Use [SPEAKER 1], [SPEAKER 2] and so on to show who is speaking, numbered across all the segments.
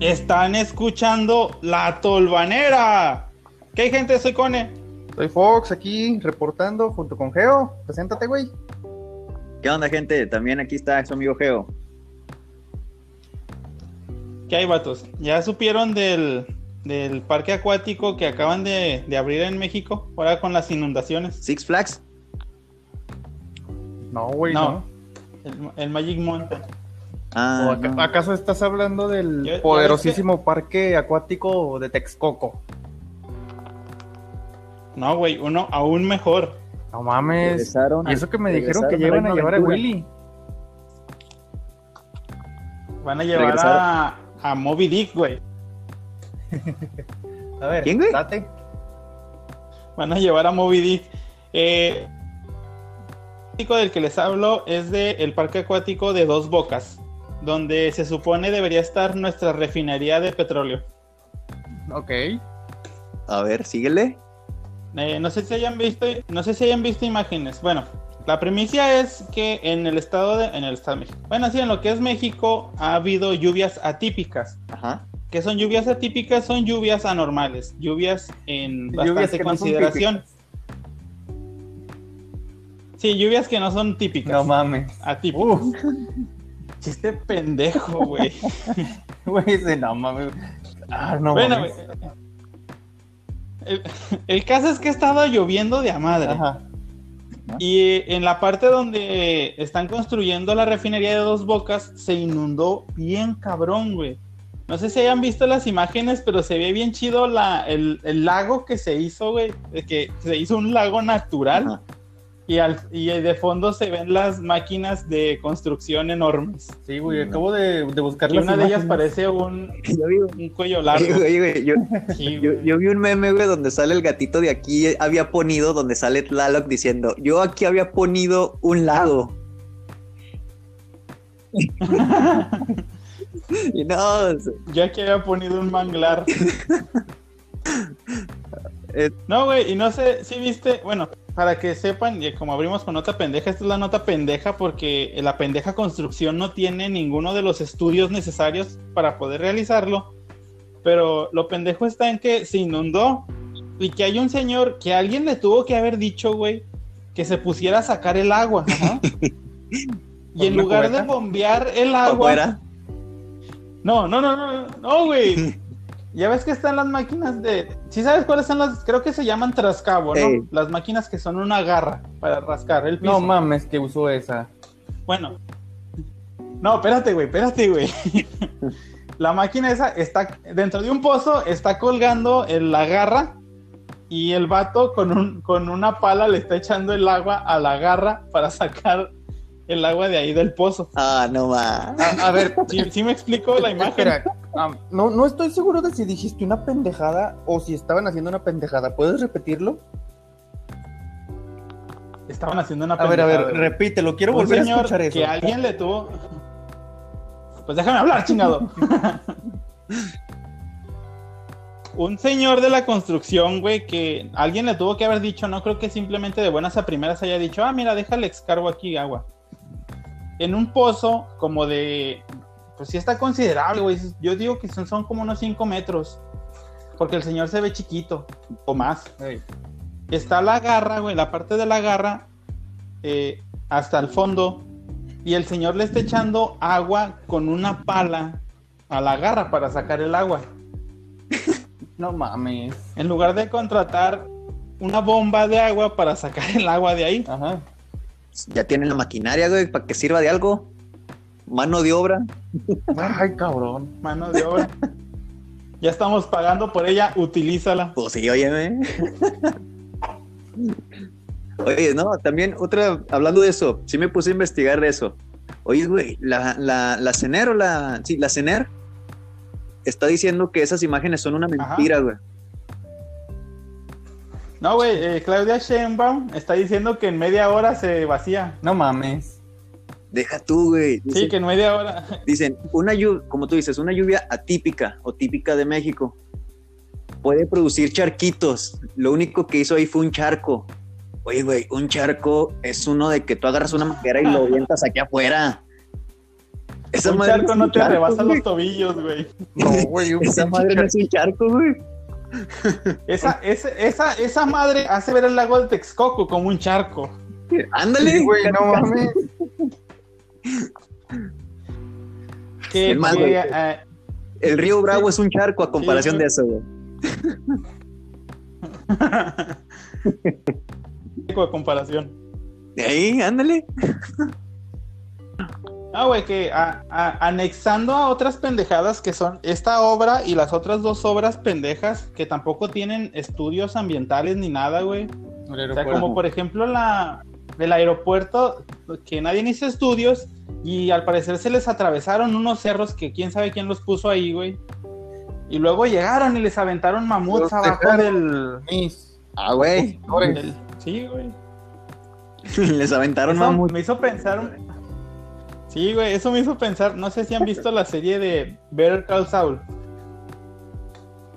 [SPEAKER 1] Están escuchando La Tolvanera. ¿Qué hay, gente? Soy Cone.
[SPEAKER 2] Soy Fox aquí reportando junto con Geo. Preséntate, güey.
[SPEAKER 3] ¿Qué onda, gente? También aquí está su amigo Geo.
[SPEAKER 1] ¿Qué hay, vatos? ¿Ya supieron del, del parque acuático que acaban de, de abrir en México? Ahora con las inundaciones.
[SPEAKER 3] Six Flags.
[SPEAKER 2] No, güey,
[SPEAKER 1] No,
[SPEAKER 2] no.
[SPEAKER 1] el, el Magic Mountain.
[SPEAKER 2] ¿O
[SPEAKER 3] Ah,
[SPEAKER 2] aca-
[SPEAKER 3] no.
[SPEAKER 2] ¿Acaso estás hablando del
[SPEAKER 1] Yo- yo
[SPEAKER 2] poderosísimo parque acuático de Texcoco?
[SPEAKER 1] No, güey, uno aún mejor.
[SPEAKER 2] No mames.
[SPEAKER 3] Regresaron
[SPEAKER 2] Y eso que me dijeron
[SPEAKER 3] regresaron
[SPEAKER 2] que
[SPEAKER 3] a la
[SPEAKER 2] llevan a
[SPEAKER 3] misma
[SPEAKER 2] llevar a
[SPEAKER 3] aventura.
[SPEAKER 2] Willy.
[SPEAKER 1] Van a llevar a, a Moby Dick, güey.
[SPEAKER 2] A ver,
[SPEAKER 3] ¿Quién, güey?
[SPEAKER 2] date.
[SPEAKER 1] Van a llevar a Moby Dick. Eh, el del que les hablo es del parque acuático de Dos Bocas, donde se supone debería estar nuestra refinería de petróleo.
[SPEAKER 2] Ok.
[SPEAKER 3] A ver, síguele.
[SPEAKER 1] Eh, no sé si hayan visto, no sé si hayan visto imágenes. Bueno, la primicia es que en el estado de, en el estado de México, bueno, sí, en lo que es México ha habido lluvias atípicas.
[SPEAKER 3] Ajá.
[SPEAKER 1] ¿Qué son lluvias atípicas? Son lluvias anormales, lluvias en bastante
[SPEAKER 2] Lluvias que no son
[SPEAKER 1] consideración. sí, lluvias que no son típicas,
[SPEAKER 2] No mames.
[SPEAKER 1] atípicas.
[SPEAKER 2] Uh,
[SPEAKER 1] Chiste pendejo, güey.
[SPEAKER 2] güey, ese no mames. Ah, no
[SPEAKER 1] bueno,
[SPEAKER 2] mames.
[SPEAKER 1] güey, el, el caso es que ha estado lloviendo de a madre.
[SPEAKER 2] Ajá.
[SPEAKER 1] Y eh, en la parte donde están construyendo la refinería de Dos Bocas, se inundó bien cabrón, güey. No sé si hayan visto las imágenes, pero se ve bien chido la, el, el lago que se hizo, güey. de Que se hizo un lago natural
[SPEAKER 3] Ajá.
[SPEAKER 1] y, al, y de fondo se ven las máquinas de construcción enormes.
[SPEAKER 2] Sí, güey, acabo de, de buscar
[SPEAKER 1] Y
[SPEAKER 2] las
[SPEAKER 1] una de ellas
[SPEAKER 2] imágenes.
[SPEAKER 1] parece un,
[SPEAKER 3] Yo vi,
[SPEAKER 1] un cuello largo.
[SPEAKER 3] Oye, güey, yo,
[SPEAKER 1] Sí,
[SPEAKER 3] yo-
[SPEAKER 1] güey.
[SPEAKER 3] yo vi un meme, güey, donde sale el gatito de aquí. eh, Había ponido donde sale Tlaloc diciendo: Yo aquí había ponido un lago. y no,
[SPEAKER 1] Ya que había ponido un manglar.
[SPEAKER 3] Eh.
[SPEAKER 1] no, güey, y no sé si viste, bueno, para que sepan, y como abrimos con nota pendeja, esta es la nota pendeja porque la pendeja construcción no tiene ninguno de los estudios necesarios para poder realizarlo. Pero lo pendejo está en que se inundó y que hay un señor que alguien le tuvo que haber dicho, güey, que se pusiera a sacar el agua. y en
[SPEAKER 2] ¿Una
[SPEAKER 1] lugar de
[SPEAKER 2] cubeta?
[SPEAKER 1] bombear el agua,
[SPEAKER 3] afuera.
[SPEAKER 1] no, no, no, no, no, no, güey. ya ves que están las máquinas de. ¿Sí sabes cuáles son las? Creo que se llaman trascabo, ¿no?
[SPEAKER 3] Ey.
[SPEAKER 1] Las máquinas que son una garra para rascar el piso.
[SPEAKER 2] No mames, que usó esa.
[SPEAKER 1] Bueno. No, espérate, güey, espérate, güey. la máquina esa está dentro de un pozo, está colgando el- la garra y el vato con, un, con una pala le está echando el agua a la garra para sacar el agua de ahí del pozo.
[SPEAKER 3] Ah, no más.
[SPEAKER 2] A, a ver,
[SPEAKER 1] ¿Sí, sí me explico la imagen?
[SPEAKER 2] Espera, am, no, no estoy seguro de si dijiste una pendejada o si estaban haciendo una pendejada. ¿Puedes repetirlo?
[SPEAKER 1] Estaban haciendo una
[SPEAKER 2] A ver, a ver,
[SPEAKER 1] pendejada, güey.
[SPEAKER 2] repítelo. Quiero
[SPEAKER 1] un
[SPEAKER 2] volver a
[SPEAKER 1] señor
[SPEAKER 2] escuchar eso.
[SPEAKER 1] que alguien le tuvo. Pues déjame hablar, chingado. un señor de la construcción, güey, que alguien le tuvo que haber dicho, no creo que simplemente de buenas a primeras haya dicho, ah, mira, déjale excargo aquí agua. En un pozo como de. Pues sí está considerable, güey. Yo digo que son, son como unos 5 metros. Porque el señor se ve chiquito, o más
[SPEAKER 2] Ey,
[SPEAKER 1] está la garra, güey, la parte de la garra eh, hasta el fondo y el señor le está echando agua con una pala a la garra para sacar el agua.
[SPEAKER 2] No mames.
[SPEAKER 1] En lugar de contratar una bomba de agua para sacar el agua de ahí.
[SPEAKER 2] Ajá.
[SPEAKER 3] Ya tienen la maquinaria, güey, para que sirva de algo. Mano de obra.
[SPEAKER 2] Ay, cabrón.
[SPEAKER 1] Mano de obra. Ya estamos pagando por ella, utilízala.
[SPEAKER 3] Pues sí, óyeme. Oye, no, también otra, hablando de eso, sí me puse a investigar de eso. Oye, güey, la, la, la CENER o la. Sí, la CENER está diciendo que esas imágenes son una mentira, güey.
[SPEAKER 1] No, güey, eh, Claudia Sheinbaum está diciendo que en media hora se vacía.
[SPEAKER 2] No mames.
[SPEAKER 3] Deja tú, güey.
[SPEAKER 1] Sí,
[SPEAKER 3] Dicen,
[SPEAKER 1] que en media hora.
[SPEAKER 3] dicen, una lluvia, como tú dices, una lluvia atípica o típica de México. Puede producir charquitos. Lo único que hizo ahí fue un charco. Oye, güey, un charco es uno de que tú agarras una manguera y lo avientas aquí afuera.
[SPEAKER 1] Esa un madre charco no te rebasa los tobillos, güey.
[SPEAKER 2] No, güey.
[SPEAKER 4] Esa madre no es un charco, güey.
[SPEAKER 1] Esa, esa, esa, esa madre hace ver el lago de Texcoco como un charco.
[SPEAKER 4] Ándale,
[SPEAKER 2] güey, no mames.
[SPEAKER 1] Que,
[SPEAKER 4] El mal,
[SPEAKER 1] que,
[SPEAKER 4] güey.
[SPEAKER 1] eh,
[SPEAKER 4] El río Bravo es un charco a comparación de eso, güey.
[SPEAKER 1] de comparación.
[SPEAKER 4] Ahí, ándale.
[SPEAKER 1] Ah, güey, que a- a- anexando a otras pendejadas que son esta obra y las otras dos obras pendejas que tampoco tienen estudios ambientales ni nada, güey. O sea, como por ejemplo la del aeropuerto, que nadie hizo estudios y al parecer se les atravesaron unos cerros que quién sabe quién los puso ahí, güey. Y luego llegaron y les aventaron mamuts
[SPEAKER 2] Los
[SPEAKER 1] abajo del,
[SPEAKER 2] dejaron mis
[SPEAKER 4] Ah, güey.
[SPEAKER 2] flores.
[SPEAKER 1] del- Pues, Sí, güey.
[SPEAKER 4] Les aventaron
[SPEAKER 1] Eso
[SPEAKER 4] mamut.
[SPEAKER 1] me hizo pensar. un- Sí, güey, eso me hizo pensar. No sé si han visto la serie de Better Call Saul,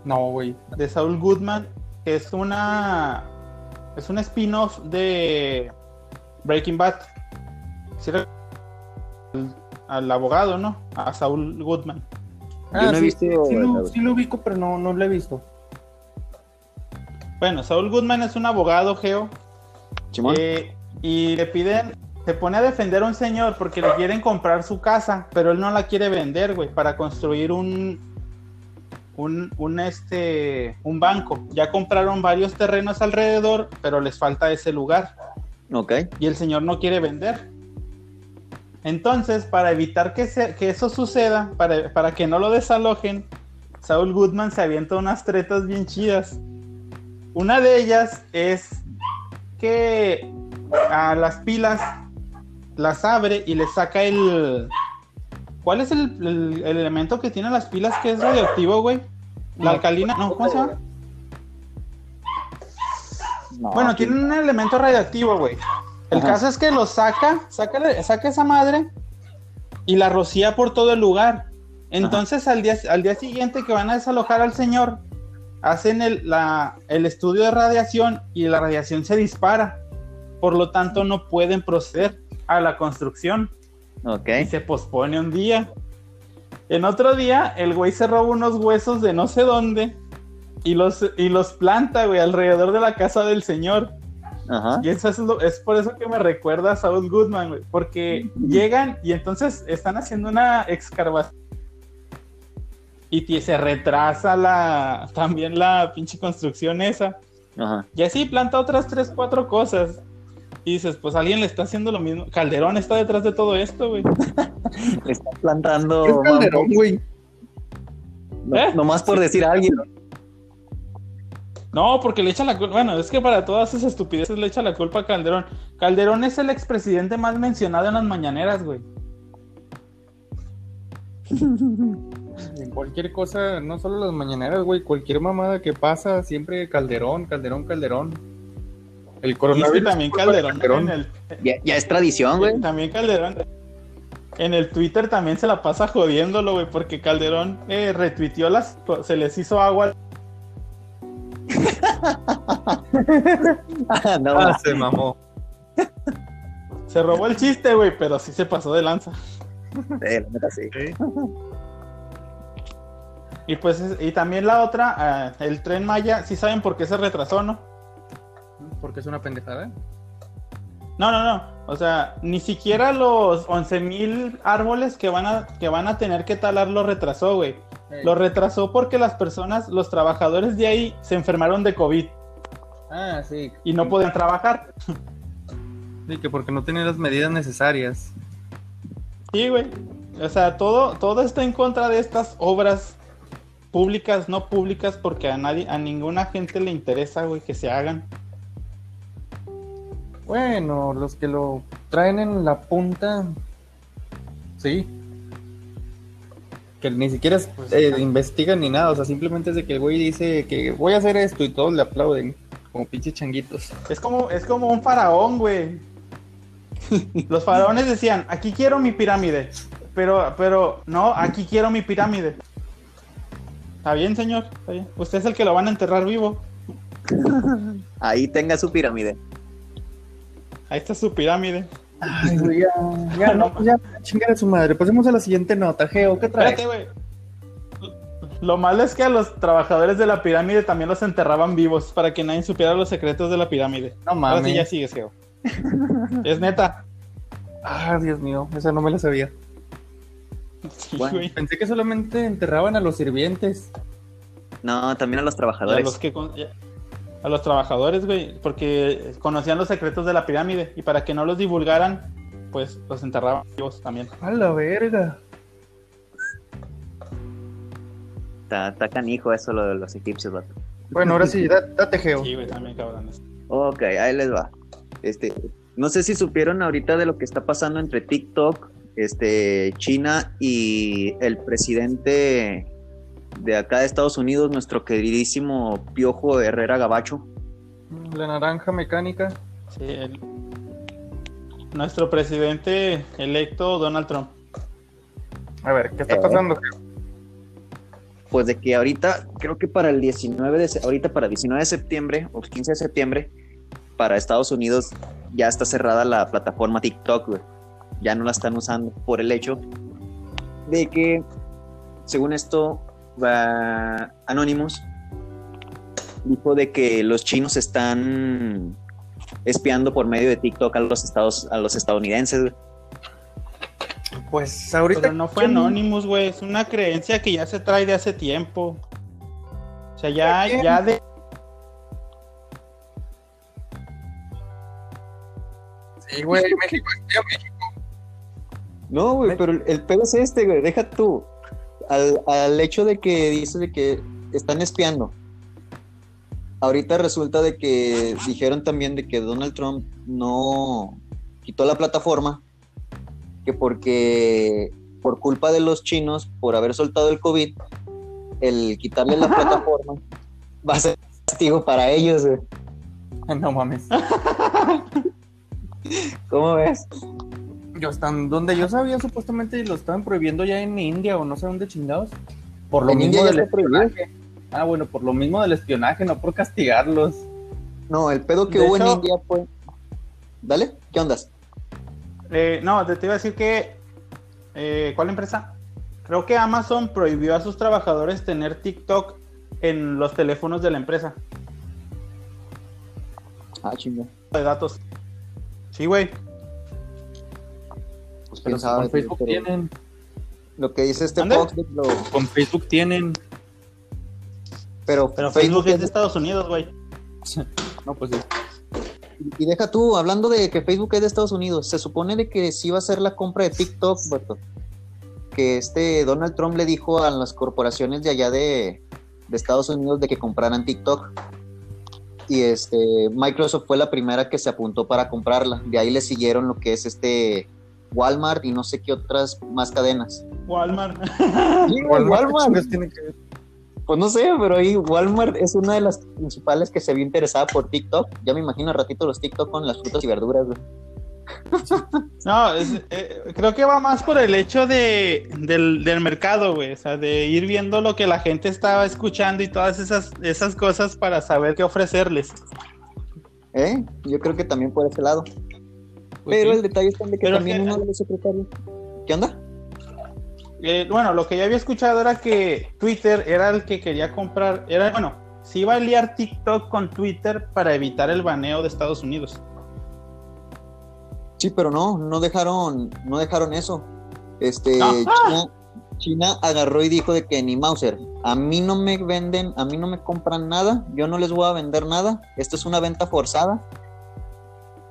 [SPEAKER 2] No, güey.
[SPEAKER 1] de Saul Goodman, que es una. Es un spin-off de Breaking Bad. Sí, re- al, al abogado, ¿no? A Saul Goodman.
[SPEAKER 4] Yo
[SPEAKER 1] Ah,
[SPEAKER 4] no he
[SPEAKER 2] sí,
[SPEAKER 4] visto.
[SPEAKER 2] Sí lo, sí lo ubico, pero no, no lo he visto.
[SPEAKER 1] Bueno, Saul Goodman es un abogado, Geo,
[SPEAKER 4] Chimón.
[SPEAKER 1] Eh, y le piden, se pone a defender a un señor porque le quieren comprar su casa, pero él no la quiere vender, güey, para construir un, un, un, este, un banco. Ya compraron varios terrenos alrededor, pero les falta ese lugar
[SPEAKER 4] Ok.
[SPEAKER 1] y el señor no quiere vender. Entonces, para evitar que, se- que eso suceda, para, para que no lo desalojen, Saul Goodman se avienta unas tretas bien chidas. Una de ellas es que a las pilas las abre y le saca el... ¿Cuál es el, el- el elemento que tiene las pilas que es radioactivo, güey? La alcalina, no, ¿cómo se llama?
[SPEAKER 4] No,
[SPEAKER 1] Bueno,
[SPEAKER 4] sí.
[SPEAKER 1] tiene un elemento radioactivo, güey. El
[SPEAKER 4] Ajá.
[SPEAKER 1] caso es que lo saca, saca, saca esa madre y la rocía por todo el lugar. Entonces, al día, al día siguiente que van a desalojar al señor, hacen el, la- el estudio de radiación y la radiación se dispara. Por lo tanto, no pueden proceder a la construcción
[SPEAKER 4] Ok.
[SPEAKER 1] y se pospone un día. En otro día, el güey se roba unos huesos de no sé dónde y los, y los planta, güey, alrededor de la casa del señor.
[SPEAKER 4] Ajá.
[SPEAKER 1] Y eso es, lo- es por eso que me recuerda a Saul Goodman, güey, porque llegan y entonces están haciendo una excavación y ti- se retrasa la también la pinche construcción esa.
[SPEAKER 4] Ajá.
[SPEAKER 1] Y así planta otras tres, cuatro cosas. Y dices, pues alguien le está haciendo lo mismo. Calderón está detrás de todo esto, güey.
[SPEAKER 4] Le Está plantando.
[SPEAKER 2] es Calderón,
[SPEAKER 4] mamut.
[SPEAKER 2] güey.
[SPEAKER 4] No-
[SPEAKER 1] ¿Eh?
[SPEAKER 4] Nomás por decir a alguien.
[SPEAKER 1] No, porque le echa la culpa. Bueno, es que para todas esas estupideces le echa la culpa a Calderón. Calderón es el expresidente más mencionado en las mañaneras, güey.
[SPEAKER 2] En cualquier cosa, no solo las mañaneras, güey. Cualquier mamada que pasa, siempre Calderón, Calderón, Calderón. El
[SPEAKER 1] Y es que
[SPEAKER 2] coronavirus.
[SPEAKER 1] también Calderón,
[SPEAKER 2] Calderón.
[SPEAKER 1] en el-
[SPEAKER 4] Ya, ya es
[SPEAKER 3] Ah,
[SPEAKER 4] tradición, güey.
[SPEAKER 1] También Calderón. En el Twitter también se la pasa jodiéndolo, güey, porque Calderón eh, retuiteó las. Se les hizo agua.
[SPEAKER 4] Ah, no,
[SPEAKER 2] Ah, se mamó.
[SPEAKER 1] Se robó el chiste, güey, pero sí se pasó de lanza.
[SPEAKER 4] eh, la neta sí.
[SPEAKER 1] Y pues, es- y también la otra, ah, el tren Maya, sí saben por qué se retrasó, ¿no?
[SPEAKER 2] Porque es una pendejada.
[SPEAKER 1] No, no, no. O sea, ni siquiera los 11.000 árboles que van, a, que van a tener que talar lo retrasó, güey. Lo retrasó porque las personas, los trabajadores de ahí, se enfermaron de COVID
[SPEAKER 2] Ah, sí.
[SPEAKER 1] y no podían trabajar.
[SPEAKER 2] Sí, que porque no tenía las medidas necesarias.
[SPEAKER 1] Sí, güey. O sea, todo, todo está en contra de estas obras públicas, no públicas, porque a nadie, a ninguna gente le interesa, güey, que se hagan.
[SPEAKER 2] Bueno, los que lo traen en la punta. Sí. Que ni siquiera eh, investigan ni nada. O sea, simplemente es de que el güey dice que voy a hacer esto y todos le aplauden. Como pinches changuitos.
[SPEAKER 1] Es como, es como un faraón, güey. Los faraones decían, aquí quiero mi pirámide. Pero, pero, no, aquí quiero mi pirámide. Está bien, señor. Está bien. Usted es el que lo van a enterrar vivo.
[SPEAKER 4] Ahí tenga su pirámide.
[SPEAKER 1] Ahí está su pirámide.
[SPEAKER 2] Ay, güey, ya, ya, no, pues ya, chingar a su madre. Pasemos a la siguiente nota, Geo, ¿qué traes?
[SPEAKER 1] Espérate, güey. Lo malo es que a los trabajadores de la pirámide también los enterraban vivos para que nadie supiera los secretos de la pirámide.
[SPEAKER 2] No
[SPEAKER 1] Ahora sí ya
[SPEAKER 2] mames.
[SPEAKER 1] sigues, Geo. es neta.
[SPEAKER 2] Ah, Dios mío, esa no me la sabía.
[SPEAKER 1] Sí,
[SPEAKER 3] Bueno,
[SPEAKER 1] güey.
[SPEAKER 2] Pensé que solamente enterraban a los sirvientes.
[SPEAKER 3] No, también a los
[SPEAKER 1] Y A
[SPEAKER 3] trabajadores.
[SPEAKER 1] los, que con- y a los trabajadores, güey, porque conocían los secretos de la pirámide y para que no los divulgaran, pues los enterraban vivos también.
[SPEAKER 2] A la verga.
[SPEAKER 3] Está, está canijo eso lo de los egipcios, vato.
[SPEAKER 2] Bueno, ahora sí, da- date, Geo.
[SPEAKER 1] Sí, güey, también cabrones.
[SPEAKER 3] Ok, ahí les va. Este, no sé si supieron ahorita de lo que está pasando entre TikTok, este, China y el presidente de acá de Estados Unidos, nuestro queridísimo Piojo Herrera Gabacho.
[SPEAKER 2] La naranja mecánica.
[SPEAKER 1] Sí, el- Nuestro presidente electo, Donald Trump.
[SPEAKER 2] A ver, ¿qué
[SPEAKER 3] Eh.
[SPEAKER 2] está pasando? Geo?
[SPEAKER 3] Pues de que ahorita, creo que para el 19 de, se- ahorita para el 19 de septiembre o el 15 de septiembre, para Estados Unidos ya está cerrada la plataforma TikTok, güey. Ya no la están usando por el hecho de que, según esto, va- Anonymous dijo de que los chinos están espiando por medio de TikTok a los, estados, a los estadounidenses, güey.
[SPEAKER 2] Pues ahorita.
[SPEAKER 1] Pero no fue
[SPEAKER 2] ¿quién-
[SPEAKER 1] Anonymous, güey. Es una creencia que ya se trae de hace tiempo. O sea, ya,
[SPEAKER 2] ¿De quién?
[SPEAKER 1] ya de.
[SPEAKER 2] Sí, güey, México, tío, México.
[SPEAKER 3] No, güey, pero el- el pedo es este, güey. Deja tú. Al, al hecho de que dice de que están espiando. Ahorita resulta de que dijeron también de que Donald Trump no quitó la plataforma. Que porque por culpa de los chinos, por haber soltado el COVID, el quitarle la plataforma va a ser castigo para ellos, güey.
[SPEAKER 2] Ah, No mames.
[SPEAKER 3] ¿Cómo ves?
[SPEAKER 2] Yo están donde yo sabía, supuestamente lo estaban prohibiendo ya en India o no sé dónde chingados. Por lo
[SPEAKER 3] En
[SPEAKER 2] mismo
[SPEAKER 3] India ya
[SPEAKER 2] del
[SPEAKER 3] está prohibido.
[SPEAKER 2] espionaje. Ah, bueno, por lo mismo del espionaje, no por castigarlos.
[SPEAKER 3] Pues, No, el pedo que
[SPEAKER 1] De
[SPEAKER 3] hubo
[SPEAKER 1] hecho-
[SPEAKER 3] en India fue. Dale, ¿qué ondas?
[SPEAKER 1] eh, no, te, te iba a decir que. eh, ¿Cuál empresa? Creo que Amazon prohibió a sus trabajadores tener TikTok en los teléfonos de la empresa
[SPEAKER 3] Ah, chingón.
[SPEAKER 1] de datos. Sí, güey.
[SPEAKER 3] Pues quién
[SPEAKER 2] Pero si
[SPEAKER 3] sabe,
[SPEAKER 2] con Facebook
[SPEAKER 3] pero-
[SPEAKER 2] tienen.
[SPEAKER 3] Lo que dice este
[SPEAKER 1] ¿Mande?
[SPEAKER 3] Fox, de lo-
[SPEAKER 2] Con Facebook tienen.
[SPEAKER 3] pero,
[SPEAKER 1] Pero Facebook es de
[SPEAKER 3] es-
[SPEAKER 1] Estados Unidos, güey.
[SPEAKER 2] No, pues sí.
[SPEAKER 3] y deja tú, hablando de que Facebook es de Estados Unidos, se supone de que sí va a ser la compra de TikTok, vato. que este Donald Trump le dijo a las corporaciones de allá de, de Estados Unidos de que compraran TikTok. Y este Microsoft fue la primera que se apuntó para comprarla. De ahí le siguieron lo que es este Walmart y no sé qué otras más cadenas.
[SPEAKER 1] Walmart.
[SPEAKER 2] Walmart, ¿qué chingas tiene que ver?
[SPEAKER 3] Pues no sé, pero ahí Walmart es una de las principales que se vio interesada por TikTok. Ya me imagino al ratito los TikTok con las frutas y verduras, güey.
[SPEAKER 1] No, es- eh, creo que va más por el hecho de, del, del mercado, güey. O sea, de ir viendo lo que la gente estaba escuchando y todas esas, esas cosas para saber qué ofrecerles.
[SPEAKER 3] ¿Eh? Yo creo que también por ese lado.
[SPEAKER 2] Pues
[SPEAKER 3] pero
[SPEAKER 2] sí.
[SPEAKER 3] el detalle está en de que
[SPEAKER 1] Pero
[SPEAKER 3] también
[SPEAKER 1] que-
[SPEAKER 3] uno de los secretarios. ¿Qué onda?
[SPEAKER 1] Eh, bueno, lo que ya había escuchado era que Twitter era el que quería comprar. Era, bueno, se iba a liar TikTok con Twitter para evitar el baneo de Estados Unidos.
[SPEAKER 3] Sí, pero no, no dejaron, no dejaron eso. Este,
[SPEAKER 1] Ah.
[SPEAKER 3] China, China agarró y dijo de que ni Mauser, a mí no me venden, a mí no me compran nada, yo no les voy a vender nada, esto es una venta forzada.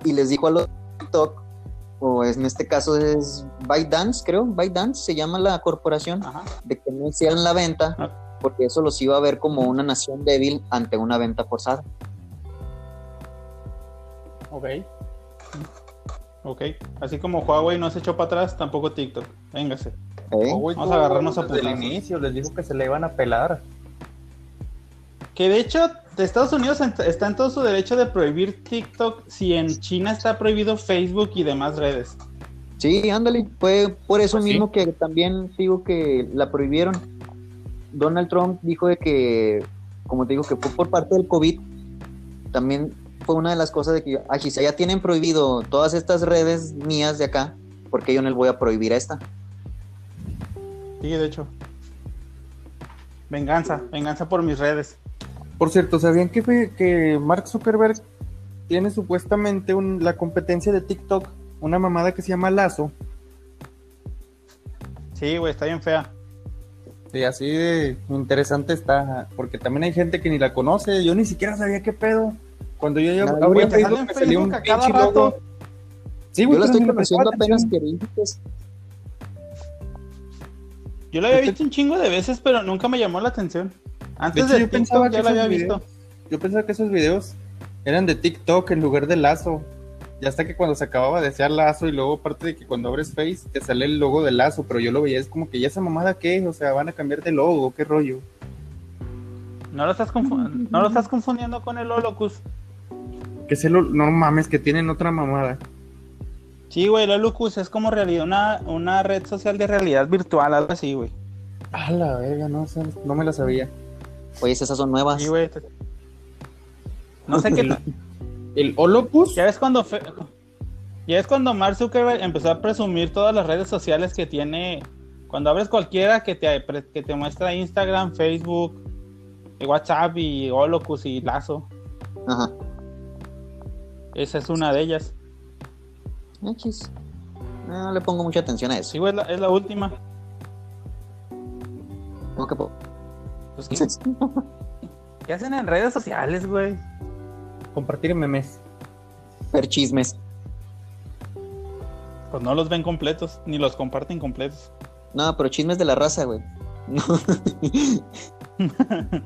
[SPEAKER 3] Y les dijo a los TikTok, o en este caso es ByteDance, creo, ByteDance se llama la corporación,
[SPEAKER 1] Ajá.
[SPEAKER 3] de que no hicieran la venta, porque eso los iba a ver como una nación débil ante una venta forzada.
[SPEAKER 2] Ok.
[SPEAKER 1] Ok. Así como Huawei no se echó para atrás, tampoco TikTok. Véngase.
[SPEAKER 3] ¿eh?
[SPEAKER 2] Huawei
[SPEAKER 1] Vamos
[SPEAKER 2] tuvo
[SPEAKER 1] a agarrarnos a
[SPEAKER 2] desde el
[SPEAKER 1] putazos.
[SPEAKER 2] inicio les dijo que se le iban a pelar.
[SPEAKER 1] Que de hecho, de Estados Unidos ent- está en todo su derecho de prohibir TikTok si en China está prohibido Facebook y demás redes.
[SPEAKER 3] Sí, ándale, fue por eso
[SPEAKER 2] Pues sí.
[SPEAKER 3] mismo que también digo que la prohibieron. Donald Trump dijo de que, como te digo, que fue por parte del COVID, también fue una de las cosas de que, ah, quizá ya tienen prohibido todas estas redes mías de acá, porque yo no les voy a prohibir a esta.
[SPEAKER 1] Sí, de hecho. Venganza, venganza por mis redes.
[SPEAKER 2] Por cierto, ¿sabían que, que Mark Zuckerberg tiene supuestamente un, la competencia de TikTok, una mamada que se llama Lazo?
[SPEAKER 1] Sí, güey, está bien fea.
[SPEAKER 2] Sí, así de interesante está, porque también hay gente que ni la conoce, yo ni siquiera sabía qué pedo. Cuando yo yo
[SPEAKER 1] Nada, güey, te sale en Facebook a cada
[SPEAKER 2] pinche
[SPEAKER 1] rato.
[SPEAKER 2] logo. Sí,
[SPEAKER 3] Yo
[SPEAKER 2] güey, pero
[SPEAKER 3] lo estoy
[SPEAKER 2] ni me
[SPEAKER 3] conociendo
[SPEAKER 2] llamó la
[SPEAKER 3] apenas
[SPEAKER 2] atención.
[SPEAKER 3] que vi, pues,
[SPEAKER 1] Yo la había visto un chingo de veces, pero nunca me llamó la atención. Antes
[SPEAKER 2] hecho,
[SPEAKER 1] de,
[SPEAKER 2] yo pensaba
[SPEAKER 1] TikTok ya
[SPEAKER 2] que
[SPEAKER 1] la había
[SPEAKER 2] esos
[SPEAKER 1] visto.
[SPEAKER 2] Yo pensaba que esos videos eran de TikTok en lugar de Lazo. Y hasta que cuando se acababa de hacer Lazo y luego aparte de que cuando abres Face te sale el logo de Lazo, pero yo lo veía es como que ya esa mamada qué es, o sea, van a cambiar de logo, qué rollo.
[SPEAKER 1] No lo estás, confu- no lo estás confundiendo con el Holocus.
[SPEAKER 2] Que se lo no mames que tienen otra mamada.
[SPEAKER 1] Sí, güey, el Holocus es como realidad, una, una red social de realidad virtual, algo así, güey.
[SPEAKER 2] A la verga, no, sé, no me la sabía.
[SPEAKER 3] Oye, esas son nuevas.
[SPEAKER 1] Sí, güey. te- No sé qué. ta-
[SPEAKER 2] El Holopus
[SPEAKER 1] Ya ves cuando. fe- Ya es cuando Mark Zuckerberg empezó a presumir todas las redes sociales que tiene. Cuando abres cualquiera que te, pre- que te muestra Instagram, Facebook, WhatsApp y Holocus y Lazo.
[SPEAKER 3] Ajá.
[SPEAKER 1] Esa es una de ellas.
[SPEAKER 3] Ah, chis. No, le pongo mucha atención a eso.
[SPEAKER 1] Sí, güey, es la, es la última.
[SPEAKER 3] Como que po-
[SPEAKER 1] Pues, ¿qué, qué hacen en redes sociales, güey?
[SPEAKER 2] compartir memes.
[SPEAKER 3] Ver chismes.
[SPEAKER 1] Pues no los ven completos, ni los comparten completos.
[SPEAKER 3] No, pero chismes de la raza, güey. No.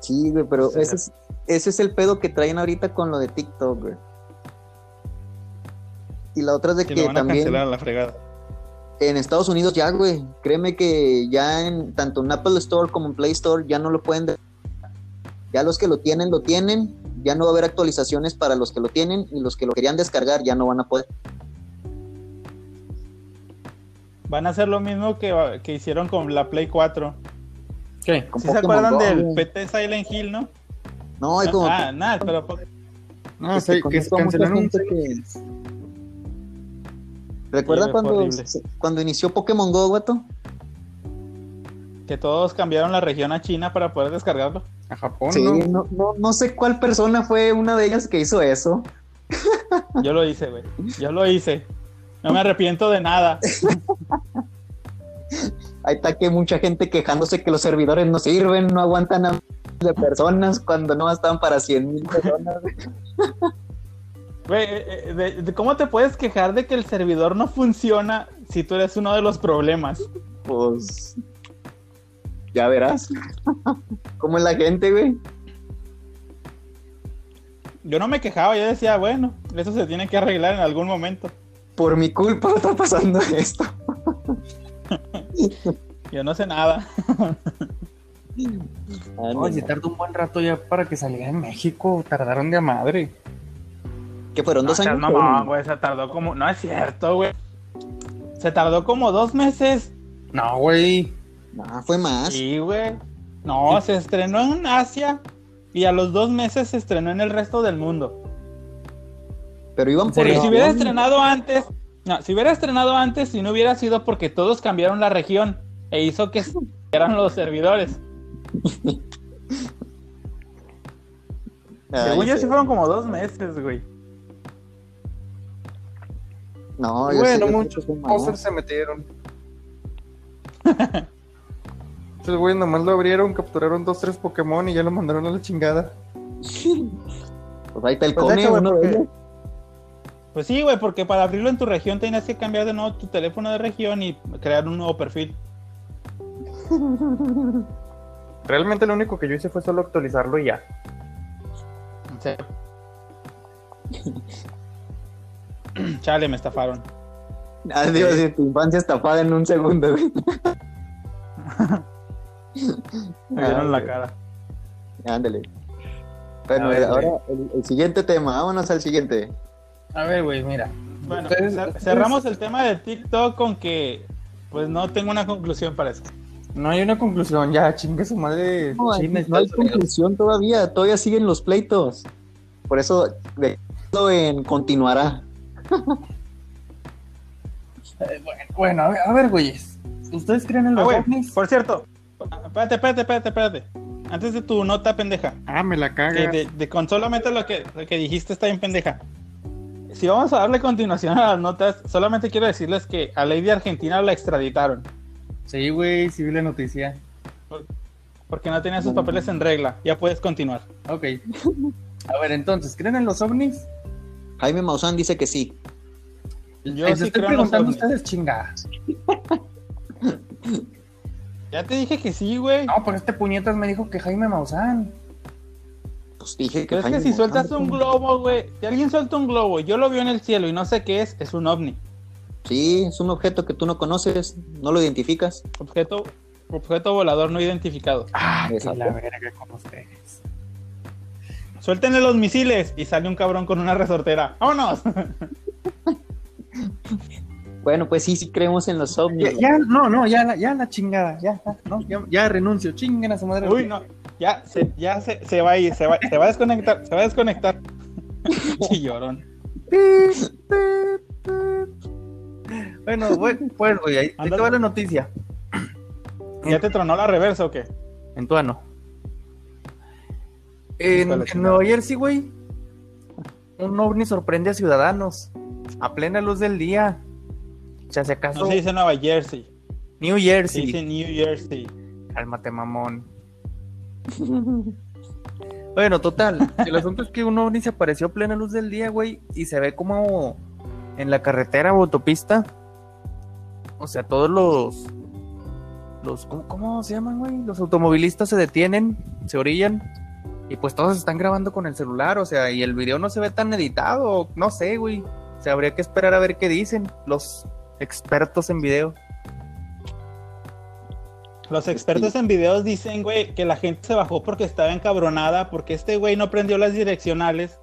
[SPEAKER 3] sí, güey, pero
[SPEAKER 1] Sí.
[SPEAKER 3] ese es, ese es el pedo que traen ahorita con lo de TikTok, güey. Y la otra es de
[SPEAKER 1] Que
[SPEAKER 3] que,
[SPEAKER 1] lo van a
[SPEAKER 3] también
[SPEAKER 1] cancelar a la fregada.
[SPEAKER 3] en Estados Unidos ya, güey, créeme que ya en tanto en Apple Store como en Play Store ya no lo pueden. de- Ya los que lo tienen lo tienen, ya no va a haber actualizaciones para los que lo tienen y los que lo querían descargar ya no van a poder.
[SPEAKER 1] Van a hacer lo mismo que, que hicieron con la Play 4.
[SPEAKER 2] ¿Qué?
[SPEAKER 3] Con
[SPEAKER 1] ¿Sí se
[SPEAKER 3] Pokémon
[SPEAKER 1] acuerdan
[SPEAKER 3] Go,
[SPEAKER 1] del
[SPEAKER 3] güey.
[SPEAKER 1] PT Silent Hill, no?
[SPEAKER 3] No, es como
[SPEAKER 1] ah, nada, pero po-
[SPEAKER 2] Ah,
[SPEAKER 3] que
[SPEAKER 2] sí, que
[SPEAKER 3] conozco a mucha
[SPEAKER 2] cancelaron
[SPEAKER 3] gente que- ¿Recuerda
[SPEAKER 1] Sí, fue
[SPEAKER 3] cuando,
[SPEAKER 1] horrible.
[SPEAKER 3] se- cuando inició Pokémon Go, guato?
[SPEAKER 1] que todos cambiaron la región a China para poder descargarlo.
[SPEAKER 2] a Japón,
[SPEAKER 3] sí,
[SPEAKER 2] Oh, ¿no?
[SPEAKER 3] no, no, no sé cuál persona fue una de ellas que hizo eso.
[SPEAKER 1] Yo lo hice, güey. Yo lo hice. No me arrepiento de nada.
[SPEAKER 3] Ahí está que mucha gente quejándose que los servidores no sirven, no aguantan a miles de personas cuando no estaban para 100 mil personas.
[SPEAKER 1] Güey, eh, eh, de- de- ¿cómo te puedes quejar de que el servidor no funciona si tú eres uno de los problemas?
[SPEAKER 3] Pues ya verás cómo es la gente, güey.
[SPEAKER 1] Yo no me quejaba, yo decía, bueno, eso se tiene que arreglar en algún momento.
[SPEAKER 3] Por mi culpa está pasando esto.
[SPEAKER 1] Yo no sé nada.
[SPEAKER 2] No, si tardó un buen rato ya para que saliera en México, tardaron de a madre.
[SPEAKER 3] que fueron dos
[SPEAKER 1] Ah, No
[SPEAKER 3] años.
[SPEAKER 1] seas mamón, güey, se tardó como... No es cierto, güey. Se tardó como dos meses.
[SPEAKER 2] No, güey.
[SPEAKER 3] No, Ah, fue más.
[SPEAKER 1] Sí, güey. No, se estrenó en Asia y a los dos meses se estrenó en el resto del mundo.
[SPEAKER 3] Pero iban por
[SPEAKER 1] Porque
[SPEAKER 2] serio?
[SPEAKER 1] si hubiera
[SPEAKER 3] región.
[SPEAKER 1] estrenado antes, no, si hubiera estrenado antes, si no hubiera sido porque todos cambiaron la región e hizo que se eran los servidores.
[SPEAKER 3] Ay,
[SPEAKER 1] Según yo,
[SPEAKER 3] sí.
[SPEAKER 1] sí fueron como dos meses, güey.
[SPEAKER 3] No, yo "Pues, sé,
[SPEAKER 2] bueno,
[SPEAKER 3] yo sé
[SPEAKER 2] muchos
[SPEAKER 3] que fue más.
[SPEAKER 2] posers se metieron. Entonces, güey, nomás lo abrieron, capturaron dos, tres Pokémon y ya lo mandaron a la chingada.
[SPEAKER 3] Pues ahí está
[SPEAKER 1] Pues de
[SPEAKER 3] el cone,
[SPEAKER 1] hecho, güey,
[SPEAKER 3] uno de
[SPEAKER 1] porque-
[SPEAKER 3] ellos.
[SPEAKER 1] Pues sí, güey, porque para abrirlo en tu región tenías que cambiar de nuevo tu teléfono de región y crear un nuevo perfil.
[SPEAKER 2] Realmente lo único que yo hice fue solo actualizarlo y ya.
[SPEAKER 1] O sea. Chale, me estafaron.
[SPEAKER 3] Adiós, de Ah, tu infancia estafada en un segundo, güey.
[SPEAKER 1] Me vieron
[SPEAKER 3] Ah,
[SPEAKER 1] la
[SPEAKER 3] güey.
[SPEAKER 1] cara.
[SPEAKER 3] Ah, Ándale. Bueno,
[SPEAKER 2] A ver,
[SPEAKER 3] ahora el, el siguiente tema, vámonos al siguiente.
[SPEAKER 2] A ver, güey, mira.
[SPEAKER 1] Bueno,
[SPEAKER 2] Ustedes-
[SPEAKER 1] cer-
[SPEAKER 2] ustedes-
[SPEAKER 1] cerramos el tema de TikTok con que pues no tengo una conclusión para eso.
[SPEAKER 2] No hay una conclusión, ya chingue su madre.
[SPEAKER 3] No, hay-
[SPEAKER 2] China,
[SPEAKER 3] no hay
[SPEAKER 2] Estados Unidos.
[SPEAKER 3] conclusión todavía, todavía siguen los pleitos. Por eso, de en continuará.
[SPEAKER 2] Bueno, a ver, a ver, güeyes. ¿Ustedes creen en
[SPEAKER 1] Ah,
[SPEAKER 2] los
[SPEAKER 1] güey,
[SPEAKER 2] ovnis?
[SPEAKER 1] por cierto. Espérate, espérate, espérate, espérate. Antes de tu nota pendeja.
[SPEAKER 2] Ah, me la
[SPEAKER 1] que
[SPEAKER 2] caga.
[SPEAKER 1] de, de con solamente lo que, lo que dijiste está bien pendeja. Si vamos a darle continuación a las notas, solamente quiero decirles que a Lady Argentina la extraditaron
[SPEAKER 2] Sí, güey, sí vi la noticia.
[SPEAKER 1] porque no tenía sus
[SPEAKER 3] No.
[SPEAKER 1] papeles en regla. Ya puedes continuar.
[SPEAKER 2] Ok. A ver, entonces, ¿creen en los ovnis?
[SPEAKER 3] Jaime Maussan dice que sí.
[SPEAKER 1] Yo
[SPEAKER 2] Les
[SPEAKER 1] sí
[SPEAKER 2] estoy
[SPEAKER 1] creo en los
[SPEAKER 2] preguntando a
[SPEAKER 1] ovnis.
[SPEAKER 2] ustedes, chinga.
[SPEAKER 1] Ya te dije que sí, güey.
[SPEAKER 2] No, pero este puñetas me dijo que Jaime Maussan.
[SPEAKER 3] Pues dije que
[SPEAKER 1] Pero es que
[SPEAKER 3] Jaime
[SPEAKER 1] si
[SPEAKER 3] Maussan-
[SPEAKER 1] sueltas un globo, güey, si alguien suelta un globo, yo lo veo en el cielo y no sé qué es, es un ovni.
[SPEAKER 3] Sí, es un objeto que tú no conoces, no lo identificas.
[SPEAKER 1] Objeto, objeto volador no identificado.
[SPEAKER 2] Ah, que
[SPEAKER 3] Exacto.
[SPEAKER 2] la verga con ustedes.
[SPEAKER 1] Suéltenle los misiles y sale un cabrón con una resortera. ¡Vámonos!
[SPEAKER 3] Bueno, pues sí, sí creemos en los
[SPEAKER 2] Ya,
[SPEAKER 3] ovnis.
[SPEAKER 2] ya, no, no, ya la, ya la chingada, ya, ya, no, ya, ya renuncio, chinguen a su madre.
[SPEAKER 1] Uy, no. Ya, se, ya se, se va a ir, se va, se va a desconectar, se va a desconectar. Sí, llorón.
[SPEAKER 2] Bueno, güey, pues, güey, ahí ahí te
[SPEAKER 1] Ándale.
[SPEAKER 2] va la noticia.
[SPEAKER 1] ¿Ya te tronó la reversa o qué?
[SPEAKER 2] En tu ano. En,
[SPEAKER 1] Híjole,
[SPEAKER 2] en
[SPEAKER 1] chingada.
[SPEAKER 2] Nueva Jersey, güey, un ovni sorprende a ciudadanos a plena luz del día. O sea, si acaso,
[SPEAKER 1] No se dice Nueva Jersey,
[SPEAKER 2] New
[SPEAKER 1] se
[SPEAKER 2] Jersey.
[SPEAKER 1] dice New Jersey.
[SPEAKER 2] Cálmate, mamón. Bueno, total. El asunto es que un ovni se apareció a plena luz del día, güey, y se ve como en la carretera o autopista. O sea, todos los. los ¿cómo, cómo se llaman, güey? Los automovilistas se detienen, se orillan, y pues todos están grabando con el celular, o sea, y el video no se ve tan editado, no sé, güey. O sea, habría que esperar a ver qué dicen los expertos en video.
[SPEAKER 1] Los expertos en videos dicen, güey, que la gente se bajó porque estaba encabronada, porque este güey no prendió las direccionales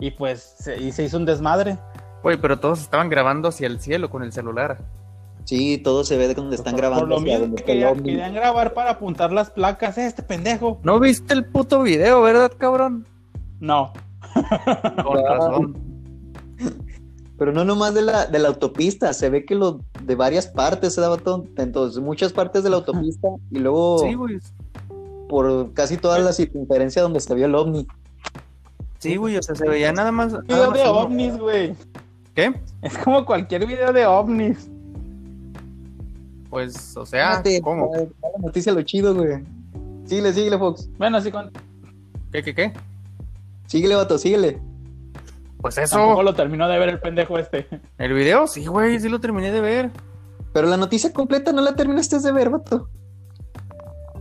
[SPEAKER 1] y pues se, y se hizo un desmadre.
[SPEAKER 2] Güey, pero todos estaban grabando hacia el cielo con el celular.
[SPEAKER 3] Sí, todo se ve de donde están grabando.
[SPEAKER 1] Por lo
[SPEAKER 3] hacia
[SPEAKER 1] mismo
[SPEAKER 3] donde
[SPEAKER 1] que
[SPEAKER 3] está el
[SPEAKER 1] querían,
[SPEAKER 3] ovni.
[SPEAKER 1] querían grabar para apuntar las placas, este pendejo.
[SPEAKER 2] ¿No viste el puto video, verdad, cabrón? Ah,
[SPEAKER 1] No,
[SPEAKER 2] Con razón.
[SPEAKER 3] Pero no nomás de la, de la autopista, se ve que lo de varias partes se daba todo. Entonces, muchas partes de la autopista y luego
[SPEAKER 2] Sí, güey.
[SPEAKER 3] por casi toda la circunferencia donde se vio el ovni.
[SPEAKER 2] Sí, güey, o sea, se veía nada más. nada
[SPEAKER 1] video
[SPEAKER 2] más
[SPEAKER 1] de
[SPEAKER 2] uno.
[SPEAKER 1] ovnis, güey.
[SPEAKER 2] ¿Qué?
[SPEAKER 1] Es como cualquier video de ovnis.
[SPEAKER 2] Pues, o
[SPEAKER 1] Ah,
[SPEAKER 2] sea,
[SPEAKER 3] Fíjate,
[SPEAKER 2] ¿cómo?
[SPEAKER 3] eh, La noticia lo chido, güey. Síguele, síguele, Fox.
[SPEAKER 1] Bueno, sí, con...
[SPEAKER 2] ¿Qué, qué, qué?
[SPEAKER 3] Síguele, vato, síguele.
[SPEAKER 2] Pues
[SPEAKER 1] tampoco
[SPEAKER 2] eso.
[SPEAKER 1] lo terminó de ver el pendejo este.
[SPEAKER 2] El video, sí, güey, sí lo terminé de ver.
[SPEAKER 3] Pero la noticia completa no la terminaste de ver, vato.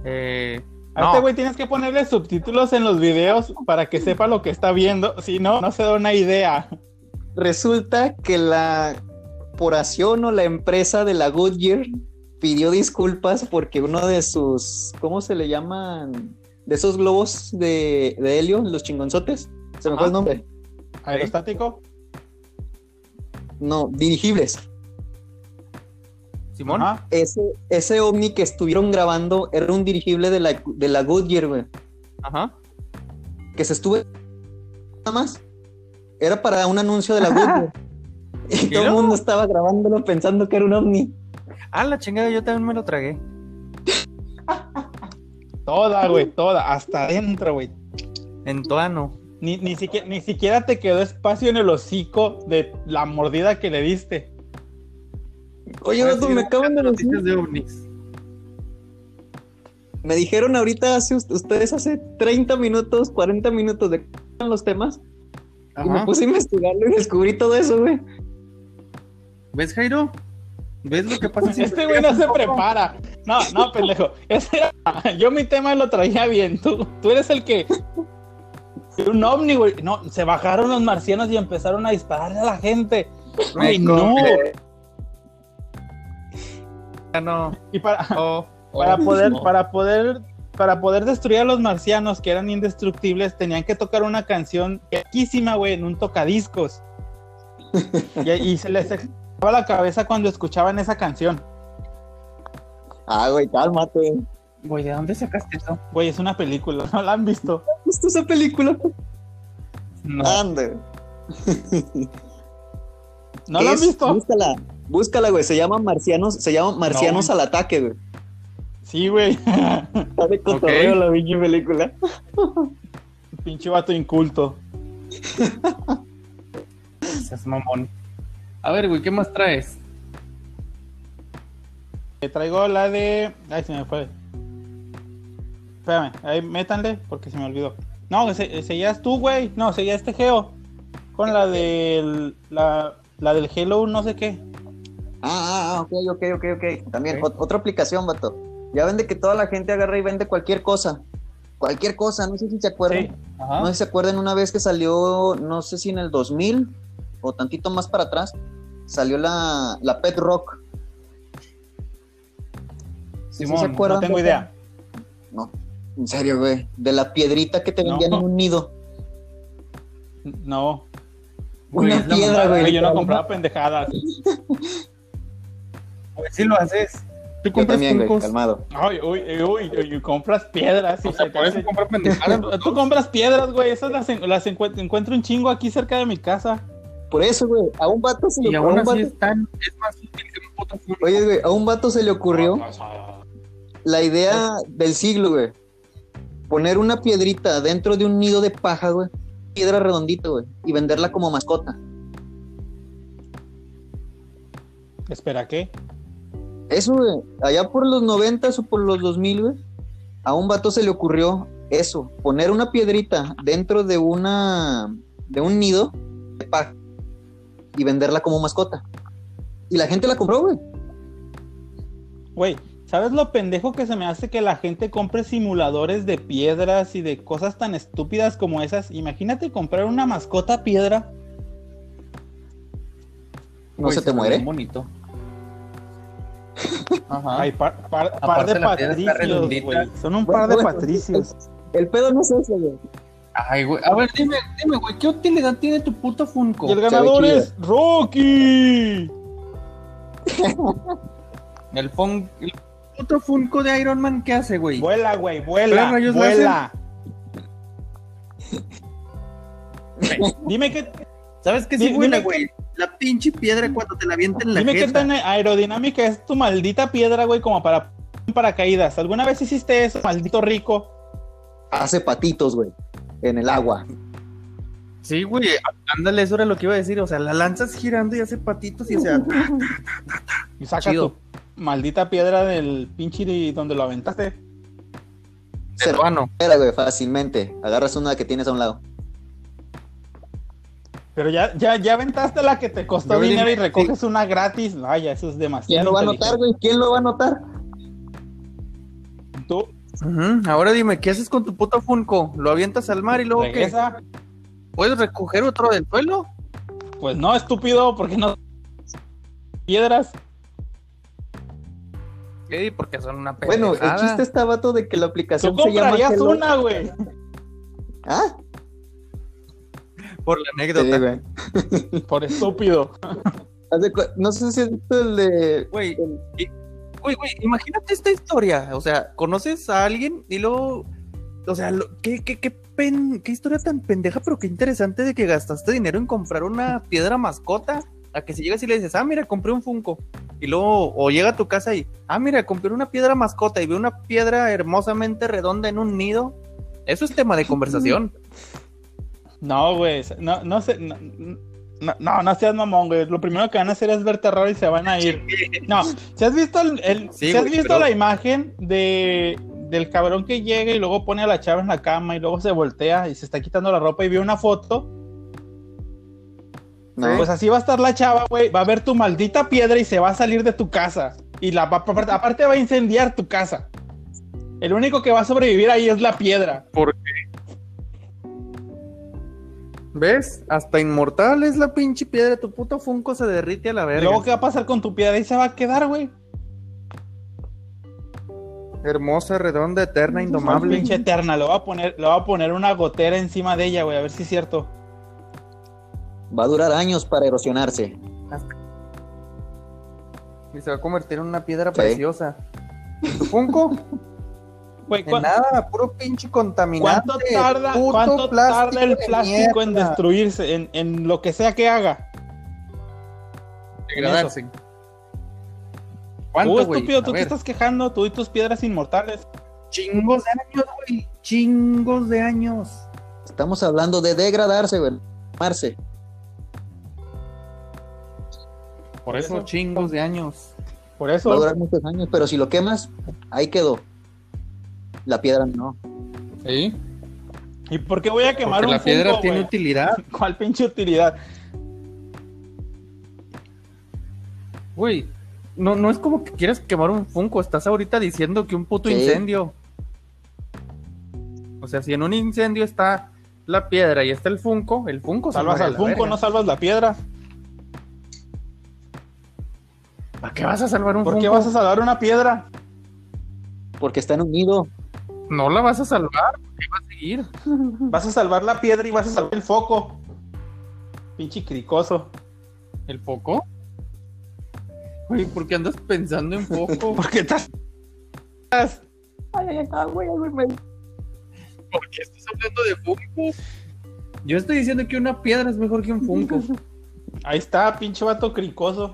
[SPEAKER 2] Eh,
[SPEAKER 1] A
[SPEAKER 2] No.
[SPEAKER 1] este güey tienes que ponerle subtítulos en los videos para que sepa lo que está viendo, si no, no se da una idea.
[SPEAKER 3] Resulta que la corporación o la empresa de la Goodyear pidió disculpas porque uno de sus, ¿cómo se le llaman? De esos globos de, de helio, los chingonzotes. ¿Se me
[SPEAKER 2] Ajá.
[SPEAKER 3] fue el nombre?
[SPEAKER 1] Aerostático,
[SPEAKER 3] No, dirigibles.
[SPEAKER 2] Simón,
[SPEAKER 1] ajá,
[SPEAKER 3] Ese, ese ovni que estuvieron grabando era un dirigible de la, de la Goodyear, güey.
[SPEAKER 2] ajá.
[SPEAKER 3] que se estuvo nada más. Era para un anuncio de la Google. Y
[SPEAKER 2] ¿Y
[SPEAKER 3] todo el
[SPEAKER 2] luego?
[SPEAKER 3] mundo estaba grabándolo pensando que era un ovni.
[SPEAKER 2] Ah, la chingada, yo también me lo tragué.
[SPEAKER 1] toda, güey, toda, hasta adentro, güey.
[SPEAKER 2] En tuano.
[SPEAKER 1] Ni, ni, siquiera, ni siquiera te quedó espacio en el hocico de la mordida que le diste.
[SPEAKER 3] Oye,
[SPEAKER 2] Ahora
[SPEAKER 3] vato,
[SPEAKER 2] sí,
[SPEAKER 3] me acaban de decir.
[SPEAKER 2] Noticias de ovnis.
[SPEAKER 3] Me dijeron ahorita, hace us- ustedes hace 30 minutos, 40 minutos de que eran los temas. Y me
[SPEAKER 2] Ajá.
[SPEAKER 3] puse a investigarlo y descubrí todo eso, güey.
[SPEAKER 2] ¿Ves, Jairo? ¿Ves lo que pasa si
[SPEAKER 1] Este güey no
[SPEAKER 2] investigas
[SPEAKER 1] se
[SPEAKER 2] un poco?
[SPEAKER 1] prepara. No, no, pendejo. Ese era- Yo mi tema lo traía bien. Tú, tú eres el que. Un ovni, güey. No, se bajaron los marcianos y empezaron a dispararle a la gente.
[SPEAKER 2] Me
[SPEAKER 1] Ay, no.
[SPEAKER 2] compré. Ah, no.
[SPEAKER 1] Y para,
[SPEAKER 2] Oh, oh.
[SPEAKER 1] para poder,
[SPEAKER 3] no.
[SPEAKER 1] para poder, para poder destruir a los marcianos que eran indestructibles, tenían que tocar una canción viejísima, güey, en un tocadiscos. Y, y se les explotaba la cabeza cuando escuchaban esa canción.
[SPEAKER 3] Ah, güey, cálmate.
[SPEAKER 2] Güey, ¿de dónde sacaste eso?
[SPEAKER 1] Güey, es una película, no la han visto.
[SPEAKER 3] ¿Viste esa película?
[SPEAKER 2] No.
[SPEAKER 3] Ande.
[SPEAKER 1] No la han
[SPEAKER 3] Es-
[SPEAKER 1] visto.
[SPEAKER 3] Búscala, búscala, güey. Se llama Marcianos, se llama Marcianos al ataque, güey.
[SPEAKER 1] Sí, güey.
[SPEAKER 3] Está de cotorreo la pinche película.
[SPEAKER 1] Pinche vato inculto.
[SPEAKER 2] Seas mamón. A ver, güey, ¿qué más traes?
[SPEAKER 1] Te traigo la de. Ay, se me fue. Espérame, ahí métanle porque se me olvidó. No, se- seguías tú, güey. No, seguías este geo. Con la del. La, la del Hello, no sé qué.
[SPEAKER 3] Ah, ah, ah, ok, ok, ok, ok. También
[SPEAKER 2] Ok.
[SPEAKER 3] ot- otra aplicación, vato. Ya vende que toda la gente agarra y vende cualquier cosa. Cualquier cosa, no sé si se acuerdan.
[SPEAKER 1] Sí.
[SPEAKER 2] Ajá.
[SPEAKER 3] No sé si se acuerdan una vez que salió, no sé si en el 2000 o tantito más para atrás, salió la, la Pet Rock. ¿Sí
[SPEAKER 1] Simón, no tengo
[SPEAKER 3] de esa?
[SPEAKER 1] idea.
[SPEAKER 3] No, en serio, güey. De la piedrita que te
[SPEAKER 1] No.
[SPEAKER 3] vendían en un nido.
[SPEAKER 1] No.
[SPEAKER 2] Güey,
[SPEAKER 3] una
[SPEAKER 2] es la
[SPEAKER 3] piedra,
[SPEAKER 2] mamada,
[SPEAKER 3] güey.
[SPEAKER 1] Güey, yo no
[SPEAKER 2] literal,
[SPEAKER 1] compraba pendejadas.
[SPEAKER 2] Güey, Pues sí lo haces. Tú
[SPEAKER 3] Yo
[SPEAKER 2] compras
[SPEAKER 3] también, güey,
[SPEAKER 2] Funkos.
[SPEAKER 3] calmado.
[SPEAKER 1] Ay, uy, uy, uy, uy, compras piedras. y
[SPEAKER 2] O sea,
[SPEAKER 1] se te
[SPEAKER 2] por eso
[SPEAKER 1] hace-
[SPEAKER 2] compro pendejadas.
[SPEAKER 1] Tú- Tú compras piedras, güey. Esas las, en- las encuent- encuentro un chingo aquí cerca de mi casa.
[SPEAKER 3] Por eso, güey, a un vato se le
[SPEAKER 2] Y
[SPEAKER 3] ocurrió.
[SPEAKER 2] aún
[SPEAKER 3] un
[SPEAKER 2] así
[SPEAKER 3] vato-
[SPEAKER 2] es tan... Es más útil que un puto Funko.
[SPEAKER 3] Oye, güey, a un vato se le ocurrió la idea del siglo, güey. Poner una piedrita dentro de un nido de paja, güey. Piedra redondita, güey. Y venderla como mascota.
[SPEAKER 1] Espera, ¿qué?
[SPEAKER 3] Eso, güey. Allá por los 90 o por los 2000, güey. A un vato se le ocurrió eso. Poner una piedrita dentro de una... De un nido de paja. Y venderla como mascota. Y la gente la compró, güey.
[SPEAKER 1] Güey, ¿sabes lo pendejo que se me hace que la gente compre simuladores de piedras y de cosas tan estúpidas como esas? Imagínate comprar una mascota piedra.
[SPEAKER 3] No
[SPEAKER 2] Güey,
[SPEAKER 3] se te
[SPEAKER 2] ve
[SPEAKER 3] muere.
[SPEAKER 2] bien bonito. Ajá.
[SPEAKER 1] Ay, par, par- par
[SPEAKER 2] Aparte
[SPEAKER 1] de
[SPEAKER 2] la piedra está
[SPEAKER 1] patricios,
[SPEAKER 2] redondita.
[SPEAKER 1] Ah. güey. Son un par de
[SPEAKER 3] Bueno,
[SPEAKER 1] patricios.
[SPEAKER 3] El pedo no es eso, güey.
[SPEAKER 2] Ay, güey. A ver, dime, dime, güey, ¿qué utilidad tiene tu puto Funko?
[SPEAKER 1] Y el ganador
[SPEAKER 3] chido.
[SPEAKER 1] es Rocky.
[SPEAKER 2] El, fun- el puto Funko de Iron Man, ¿qué hace, güey?
[SPEAKER 1] Vuela, güey, vuela,
[SPEAKER 2] Pero rayos
[SPEAKER 1] vuela. Dime qué,
[SPEAKER 2] ¿Sabes qué
[SPEAKER 1] Di-
[SPEAKER 2] sí, güey?
[SPEAKER 1] dime
[SPEAKER 2] güey? La pinche piedra cuando te la avienten en la
[SPEAKER 1] dime qué
[SPEAKER 2] jeta.
[SPEAKER 1] tan aerodinámica es tu maldita piedra, güey, como para un paracaídas. ¿Alguna vez hiciste eso, maldito rico?
[SPEAKER 3] Hace patitos, güey. En el agua.
[SPEAKER 2] Sí, güey, ándale, eso era lo que iba a decir. O sea, la lanzas girando y hace patitos y se...
[SPEAKER 1] Y saca
[SPEAKER 2] Chido.
[SPEAKER 1] tu maldita piedra del pinche de donde lo aventaste.
[SPEAKER 3] Se
[SPEAKER 2] Peruano.
[SPEAKER 3] Era, güey, fácilmente. Agarras una que tienes a un lado.
[SPEAKER 1] Pero ya, ya, ya aventaste la que te costó
[SPEAKER 2] Yo le
[SPEAKER 1] dinero y
[SPEAKER 2] metí.
[SPEAKER 1] recoges una gratis. Vaya, eso es demasiado.
[SPEAKER 3] ¿Quién lo va a
[SPEAKER 1] inteligente.
[SPEAKER 3] notar, güey? ¿Quién lo va a notar?
[SPEAKER 1] Tú
[SPEAKER 2] Ujú, Ahora dime, ¿qué haces con tu puto Funko? ¿Lo avientas al mar y luego qué?
[SPEAKER 1] regresa.
[SPEAKER 2] ¿Puedes recoger otro del suelo?
[SPEAKER 1] Pues no, estúpido, porque no. Piedras.
[SPEAKER 2] Sí, porque son una pendejada.
[SPEAKER 3] Bueno, el chiste está, vato, de que la
[SPEAKER 1] Tú
[SPEAKER 3] aplicación se llama...
[SPEAKER 1] comprarías
[SPEAKER 3] Hello-
[SPEAKER 1] una, güey.
[SPEAKER 3] ¿Ah?
[SPEAKER 2] Por la
[SPEAKER 3] Sí,
[SPEAKER 2] anécdota.
[SPEAKER 3] güey.
[SPEAKER 1] Por estúpido.
[SPEAKER 3] Haz de cu- No sé si es el de...
[SPEAKER 2] Güey,
[SPEAKER 3] el-
[SPEAKER 2] Güey, güey, imagínate esta historia. O sea, conoces a alguien y luego. O sea, lo- qué, qué, qué, pen- qué historia tan pendeja, pero qué interesante de que gastaste dinero en comprar una piedra mascota. A que si llegas y le dices, ah, mira, compré un Funko. Y luego, o llega a tu casa y, ah, mira, compré una piedra mascota y veo una piedra hermosamente redonda en un nido. Eso es tema de conversación.
[SPEAKER 1] No, güey. No, no sé. No, no, no, no seas mamón, güey. Lo primero que van a hacer es ver terror y se van a ir. No, si has visto, el, el-
[SPEAKER 2] Sí,
[SPEAKER 1] si has
[SPEAKER 2] güey,
[SPEAKER 1] visto
[SPEAKER 2] pero-
[SPEAKER 1] la imagen de, del cabrón que llega y luego pone a la chava en la cama y luego se voltea y se está quitando la ropa y ve una foto,
[SPEAKER 3] No,
[SPEAKER 1] pues así va a estar la chava, güey. Va a ver tu maldita piedra y se va a salir de tu casa. Y la va- aparte- aparte va a incendiar tu casa. El único que va a sobrevivir ahí es la piedra.
[SPEAKER 2] ¿Ves? Hasta inmortal es la pinche piedra. Tu puto Funko se derrite a la verga.
[SPEAKER 1] Luego, ¿qué va a pasar con tu piedra? Ahí se va a quedar, güey.
[SPEAKER 2] Hermosa, redonda, eterna, indomable.
[SPEAKER 1] Pinche eterna. Le va a poner, le va a poner una gotera encima de ella, güey. A ver si es cierto.
[SPEAKER 3] va a durar años para erosionarse.
[SPEAKER 2] Y se va a convertir en una piedra
[SPEAKER 3] Sí.
[SPEAKER 2] preciosa. ¿Tu Funko?
[SPEAKER 1] Güey,
[SPEAKER 2] De
[SPEAKER 1] ¿cuán-
[SPEAKER 2] nada, puro pinche contaminante.
[SPEAKER 1] ¿Cuánto tarda,
[SPEAKER 2] puto
[SPEAKER 1] cuánto tarda el
[SPEAKER 2] de
[SPEAKER 1] plástico en
[SPEAKER 2] mierda.
[SPEAKER 1] destruirse, en, en lo que sea que haga?
[SPEAKER 2] Degradarse.
[SPEAKER 1] Tú,
[SPEAKER 2] ¿Cuánto, güey?
[SPEAKER 1] estúpido,
[SPEAKER 2] A
[SPEAKER 1] tú te
[SPEAKER 2] ver,
[SPEAKER 1] estás quejando, tú y tus piedras inmortales.
[SPEAKER 2] Chingos de años, güey. Chingos de años.
[SPEAKER 3] Estamos hablando de degradarse, güey. Marce.
[SPEAKER 1] Por eso,
[SPEAKER 2] Esos chingos de años.
[SPEAKER 1] por
[SPEAKER 3] Va a
[SPEAKER 1] eso.
[SPEAKER 3] durar muchos años, pero si lo quemas, ahí quedó. La piedra no.
[SPEAKER 2] Sí.
[SPEAKER 1] ¿Y por qué voy a quemar
[SPEAKER 2] Porque
[SPEAKER 1] un
[SPEAKER 2] la piedra
[SPEAKER 1] Funko,
[SPEAKER 2] tiene
[SPEAKER 1] güey?
[SPEAKER 2] utilidad,
[SPEAKER 1] ¿Cuál pinche utilidad?
[SPEAKER 2] güey. No, no es como que quieras quemar un Funko, estás ahorita diciendo que un puto
[SPEAKER 3] Sí.
[SPEAKER 2] incendio. O sea, si en un incendio está la piedra y está el Funko, el Funko se
[SPEAKER 1] Salvas
[SPEAKER 2] muere a
[SPEAKER 1] al
[SPEAKER 2] la
[SPEAKER 1] Funko,
[SPEAKER 2] verga.
[SPEAKER 1] no salvas la piedra.
[SPEAKER 2] ¿Para qué vas a salvar un
[SPEAKER 1] ¿Por
[SPEAKER 2] Funko?
[SPEAKER 1] qué vas a salvar una piedra?
[SPEAKER 3] Porque están unidos.
[SPEAKER 2] No la vas a salvar, porque va a seguir.
[SPEAKER 1] Vas a salvar la piedra y vas a salvar el foco. Pinche cricoso.
[SPEAKER 2] ¿El foco? Güey, ¿por qué andas pensando en foco?
[SPEAKER 1] ¿Por qué estás?
[SPEAKER 2] ¿Por qué estás hablando de Funko? Yo estoy diciendo que una piedra es mejor que un Funko.
[SPEAKER 1] Ahí está, pinche vato cricoso.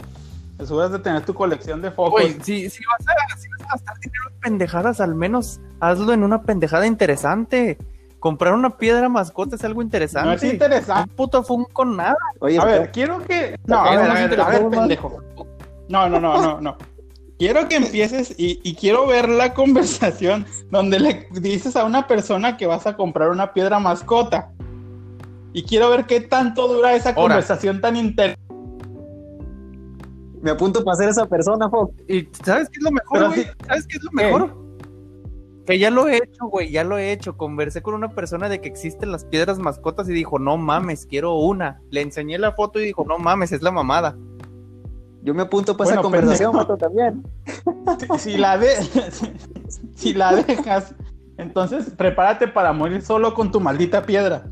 [SPEAKER 1] Te hubieras de tener tu colección de focos.
[SPEAKER 2] Güey, si, si vas a, si vas a gastar dinero en pendejadas, al menos hazlo en una pendejada interesante. Comprar una piedra mascota es algo interesante.
[SPEAKER 1] no es interesante.
[SPEAKER 2] Un puto Funko nada.
[SPEAKER 3] Oye,
[SPEAKER 1] A ver, quiero que. No,
[SPEAKER 2] Ok,
[SPEAKER 1] a ver,
[SPEAKER 2] no
[SPEAKER 1] a
[SPEAKER 2] se
[SPEAKER 1] ver,
[SPEAKER 2] te
[SPEAKER 1] a ver,
[SPEAKER 2] ocurra.
[SPEAKER 1] pendejo. No, no, no, no, no. Quiero que empieces y, y quiero ver la conversación donde le dices a una persona que vas a comprar una piedra mascota. Y quiero ver qué tanto dura esa
[SPEAKER 2] Ahora.
[SPEAKER 1] conversación tan inter.
[SPEAKER 3] me apunto para ser esa persona, Fox.
[SPEAKER 2] ¿Y sabes qué es lo mejor,
[SPEAKER 1] Pero
[SPEAKER 2] güey?
[SPEAKER 1] sí.
[SPEAKER 2] ¿Sabes qué es lo mejor? Que ya lo he hecho, güey, ya lo he hecho. Conversé con una persona de que existen las piedras mascotas y dijo, no mames, quiero una. Le enseñé la foto y dijo, no mames, es la mamada.
[SPEAKER 3] Yo me apunto para esa
[SPEAKER 1] Bueno,
[SPEAKER 3] conversación,
[SPEAKER 1] pendejo.
[SPEAKER 3] Pato, también.
[SPEAKER 1] Si la, de... si- si la dejas, entonces prepárate para morir solo con tu maldita piedra.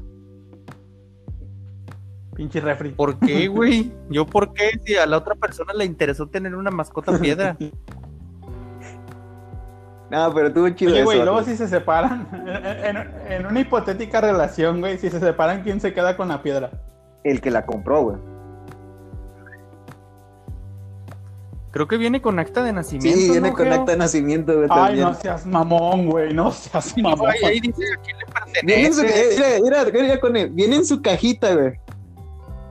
[SPEAKER 1] Pinche refri.
[SPEAKER 2] ¿Por qué, güey? ¿Yo por qué? Si a la otra persona le interesó tener una mascota piedra.
[SPEAKER 3] No, pero tú chido
[SPEAKER 1] Oye,
[SPEAKER 3] eso.
[SPEAKER 1] güey, luego
[SPEAKER 3] Pato.
[SPEAKER 1] si se separan, en, en- en una hipotética relación, güey, si se separan, ¿quién se queda con la piedra?
[SPEAKER 3] El que la compró, güey.
[SPEAKER 2] Creo que viene con acta de
[SPEAKER 3] Sí,
[SPEAKER 2] nacimiento.
[SPEAKER 3] viene
[SPEAKER 2] ¿no,
[SPEAKER 3] con
[SPEAKER 2] Geo?
[SPEAKER 3] acta de nacimiento, güey,
[SPEAKER 1] Ay,
[SPEAKER 3] también.
[SPEAKER 1] no seas mamón, güey, no seas mamón.
[SPEAKER 3] pues.
[SPEAKER 2] Ay, ahí dice a quién le
[SPEAKER 3] Viene en su,
[SPEAKER 2] pertenece.
[SPEAKER 3] eh, mira, mira, mira, mira, con él. Viene en su cajita, güey.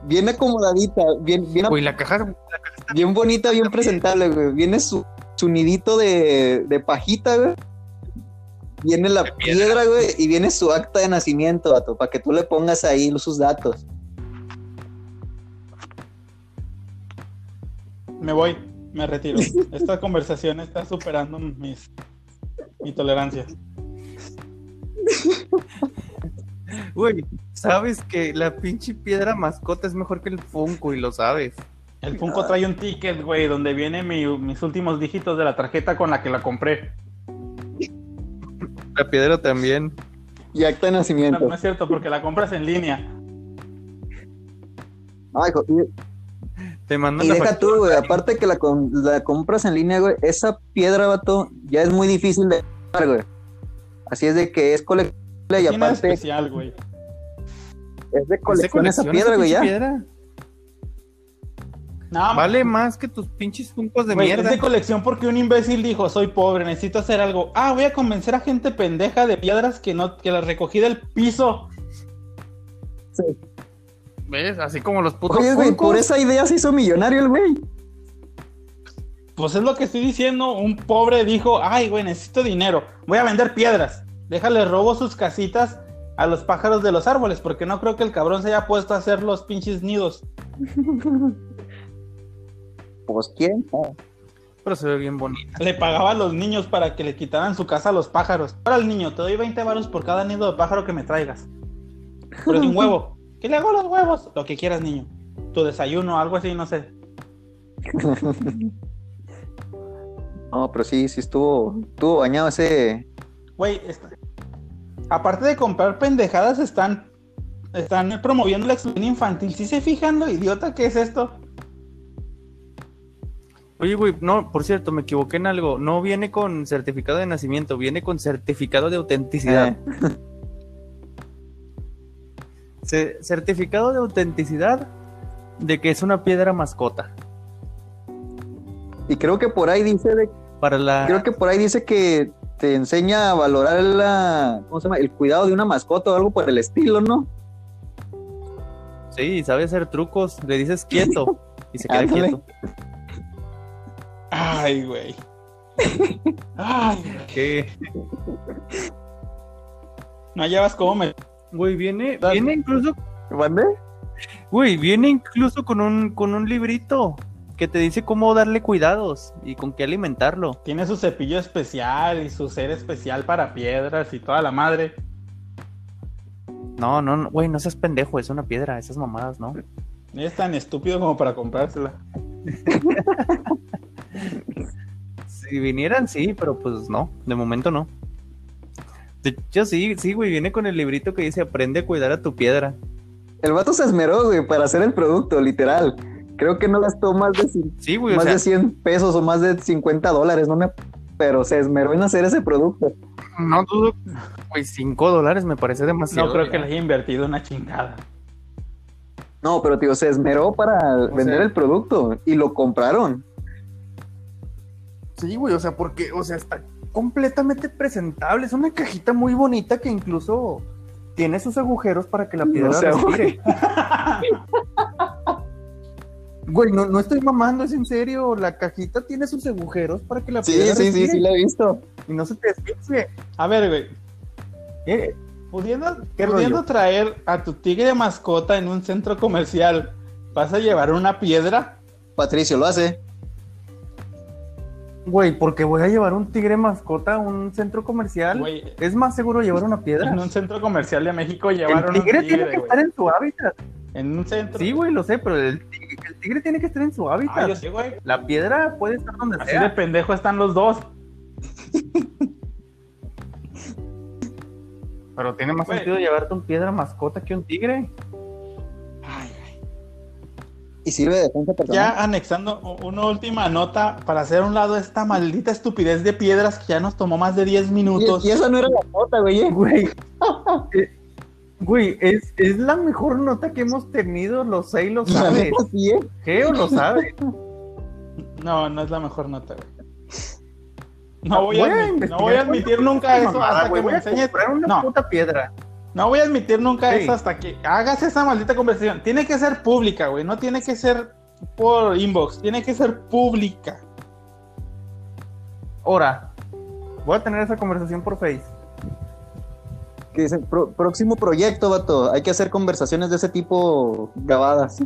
[SPEAKER 3] Bien acomodadita, bien, bien,
[SPEAKER 2] Güey, la caja, la caja está
[SPEAKER 3] bien bonita, bien presentable, güey. Viene su, su nidito de, de pajita, güey. Viene la
[SPEAKER 2] De piedra.
[SPEAKER 3] piedra, güey, y viene su acta de nacimiento, vato, para que tú le pongas ahí sus datos.
[SPEAKER 1] Me voy, me retiro. Esta conversación está superando mis, mi tolerancia.
[SPEAKER 2] Güey, sabes que la pinche piedra mascota es mejor que el Funko y lo sabes.
[SPEAKER 1] El Funko trae un ticket, güey, donde vienen mi- mis últimos dígitos de la tarjeta con la que la compré.
[SPEAKER 2] La piedra también.
[SPEAKER 3] Y acta de
[SPEAKER 1] No,
[SPEAKER 3] nacimiento.
[SPEAKER 1] no es cierto, porque la compras en línea.
[SPEAKER 3] Ay, jo- y-
[SPEAKER 2] Te mandan
[SPEAKER 3] Y
[SPEAKER 2] la
[SPEAKER 3] deja
[SPEAKER 2] factura.
[SPEAKER 3] tú, güey, aparte que la, com- la compras en línea, güey, esa piedra, vato, ya es muy difícil de comprar, güey. Así es de que es coleccionable y
[SPEAKER 1] Tiene de
[SPEAKER 3] aparte
[SPEAKER 1] especial, güey.
[SPEAKER 3] es de
[SPEAKER 2] ¿Se
[SPEAKER 3] colección esa
[SPEAKER 2] colecciona
[SPEAKER 3] piedra, güey,
[SPEAKER 2] pinche
[SPEAKER 3] ya. Ah,
[SPEAKER 2] piedra?
[SPEAKER 1] Nada más.
[SPEAKER 2] Vale más que tus pinches Funkos de
[SPEAKER 1] Güey,
[SPEAKER 2] mierda.
[SPEAKER 1] Es de colección porque un imbécil dijo, soy pobre, necesito hacer algo. Ah, voy a convencer a gente pendeja de piedras que no, que las recogí del piso.
[SPEAKER 2] ¿Ves? Así como los putos
[SPEAKER 3] Oye, güey,
[SPEAKER 2] Funkos.
[SPEAKER 3] por esa idea se hizo millonario el güey.
[SPEAKER 1] Pues es lo que estoy diciendo. Un pobre dijo, ay, güey, necesito dinero. Voy a vender piedras. Déjale robo sus casitas a los pájaros de los árboles, porque no creo que el cabrón se haya puesto a hacer los pinches nidos.
[SPEAKER 3] Pues quién.
[SPEAKER 2] Pero se ve bien bonita.
[SPEAKER 1] Le pagaba a los niños para que le quitaran su casa a los pájaros. Ahora al niño, te doy 20 varos por cada nido de pájaro que me traigas. Pero sin huevo. ¿Qué le hago a los huevos? Lo que quieras, niño. Tu desayuno, algo así, no sé.
[SPEAKER 3] No, pero sí, sí estuvo, estuvo bañado ese.
[SPEAKER 1] Güey, está- aparte de comprar pendejadas, están, están promoviendo la exclusión infantil. ¿Sí se fijan lo idiota que es esto?
[SPEAKER 2] Oye, güey, no, por cierto, me equivoqué en algo. No viene con certificado de nacimiento, viene con certificado de
[SPEAKER 3] Eh.
[SPEAKER 2] autenticidad. Ce- certificado de autenticidad de que es una piedra mascota.
[SPEAKER 3] Y creo que por ahí dice de-
[SPEAKER 2] Para la.
[SPEAKER 3] creo que por ahí dice que te enseña a valorar la, ¿cómo se llama? el cuidado de una mascota o algo por el estilo, ¿no?
[SPEAKER 2] Sí, sabe hacer trucos. Le dices quieto y se queda
[SPEAKER 3] Ándale.
[SPEAKER 2] quieto.
[SPEAKER 1] Ay, güey. Ay, güey.
[SPEAKER 2] Que,
[SPEAKER 1] no llevas cómo me.
[SPEAKER 2] güey, viene,
[SPEAKER 3] Dale.
[SPEAKER 2] viene incluso,
[SPEAKER 3] ¿Mande?
[SPEAKER 2] güey, viene incluso con un, con un librito que te dice cómo darle cuidados y con qué alimentarlo.
[SPEAKER 1] Tiene su cepillo especial y su ser especial para piedras y toda la madre.
[SPEAKER 2] No, no, no, güey, no seas pendejo, es una piedra, esas mamadas, ¿no?
[SPEAKER 1] Es tan estúpido como para comprársela.
[SPEAKER 2] Si vinieran, sí, pero pues no, de momento no. De hecho, sí, sí, güey, viene con el librito que dice aprende a cuidar a tu piedra.
[SPEAKER 3] El vato se esmeró, güey, para hacer el producto, literal. Creo que no gastó más de, cin-
[SPEAKER 2] Sí, güey, o
[SPEAKER 3] más
[SPEAKER 2] sea,
[SPEAKER 3] de 100 pesos o más de 50 dólares, no me... Pero se esmeró en hacer ese producto.
[SPEAKER 2] no dudo, güey, cinco dólares me parece demasiado.
[SPEAKER 1] No creo que
[SPEAKER 2] ya.
[SPEAKER 1] le haya invertido una chingada.
[SPEAKER 3] No, pero tío, se esmeró para vender
[SPEAKER 1] sea-
[SPEAKER 3] el producto y lo compraron.
[SPEAKER 2] Sí, güey, o sea, porque, o sea, está completamente presentable. Es una cajita muy bonita que incluso tiene sus agujeros para que la piedra
[SPEAKER 3] sea,
[SPEAKER 2] respire. Güey, no, no estoy mamando, es en serio. La cajita tiene sus agujeros para que la
[SPEAKER 3] Sí,
[SPEAKER 2] piedra
[SPEAKER 3] sí, sí,
[SPEAKER 2] respire
[SPEAKER 3] sí, la he visto.
[SPEAKER 2] y no se te deslice.
[SPEAKER 1] A ver, güey.
[SPEAKER 2] Eh,
[SPEAKER 1] Pudiendo,
[SPEAKER 2] ¿Qué
[SPEAKER 1] pudiendo
[SPEAKER 2] rollo?
[SPEAKER 1] traer a tu tigre de mascota en un centro comercial, ¿vas a llevar una piedra?
[SPEAKER 3] Patricio lo hace.
[SPEAKER 2] Güey, porque voy a llevar un tigre mascota a un centro comercial.
[SPEAKER 1] Güey,
[SPEAKER 2] Es más seguro llevar una piedra.
[SPEAKER 1] en un centro comercial de México
[SPEAKER 2] El
[SPEAKER 1] llevaron
[SPEAKER 2] tigre
[SPEAKER 1] un
[SPEAKER 2] tiene
[SPEAKER 1] tigre,
[SPEAKER 2] que
[SPEAKER 1] güey.
[SPEAKER 2] estar en su hábitat.
[SPEAKER 1] En un centro.
[SPEAKER 2] Sí, güey, lo sé, pero el tigre, el tigre tiene que estar en su hábitat.
[SPEAKER 1] Ah, yo sé, güey.
[SPEAKER 2] La piedra puede estar donde
[SPEAKER 1] Así
[SPEAKER 2] sea.
[SPEAKER 1] de pendejo están los dos.
[SPEAKER 2] Pero tiene más
[SPEAKER 1] Güey.
[SPEAKER 2] sentido llevarte un piedra mascota que un tigre.
[SPEAKER 1] Ay,
[SPEAKER 3] Y sirve de defensa personal.
[SPEAKER 1] Ya anexando u- una última nota para hacer a un lado esta maldita estupidez de piedras que ya nos tomó más de 10 minutos.
[SPEAKER 3] Y, y esa no era la nota, güey. eh.
[SPEAKER 2] Güey. eh, Güey, es, es la mejor nota que hemos tenido, lo sé y lo
[SPEAKER 3] La
[SPEAKER 2] sabes.
[SPEAKER 3] neta sí, eh.
[SPEAKER 2] Geo lo sabe.
[SPEAKER 1] No, no es la mejor nota, güey. No voy, a
[SPEAKER 2] Voy a
[SPEAKER 1] admi- no voy a
[SPEAKER 2] Ah, investigar cuál
[SPEAKER 1] admitir nunca
[SPEAKER 2] Ay,
[SPEAKER 1] eso
[SPEAKER 2] mamada,
[SPEAKER 1] hasta
[SPEAKER 2] güey,
[SPEAKER 1] que
[SPEAKER 2] voy
[SPEAKER 1] me
[SPEAKER 2] a
[SPEAKER 1] enseñes.
[SPEAKER 2] comprar una
[SPEAKER 1] No,
[SPEAKER 2] puta piedra.
[SPEAKER 1] no voy a admitir nunca
[SPEAKER 2] Sí.
[SPEAKER 1] eso hasta que hagas esa maldita conversación. Tiene que ser pública, güey. No tiene que ser por inbox. Tiene que ser pública.
[SPEAKER 2] Ahora, voy a tener esa conversación por Face.
[SPEAKER 3] Que dicen, "Pro- próximo proyecto, vato. Hay que hacer conversaciones de ese tipo grabadas.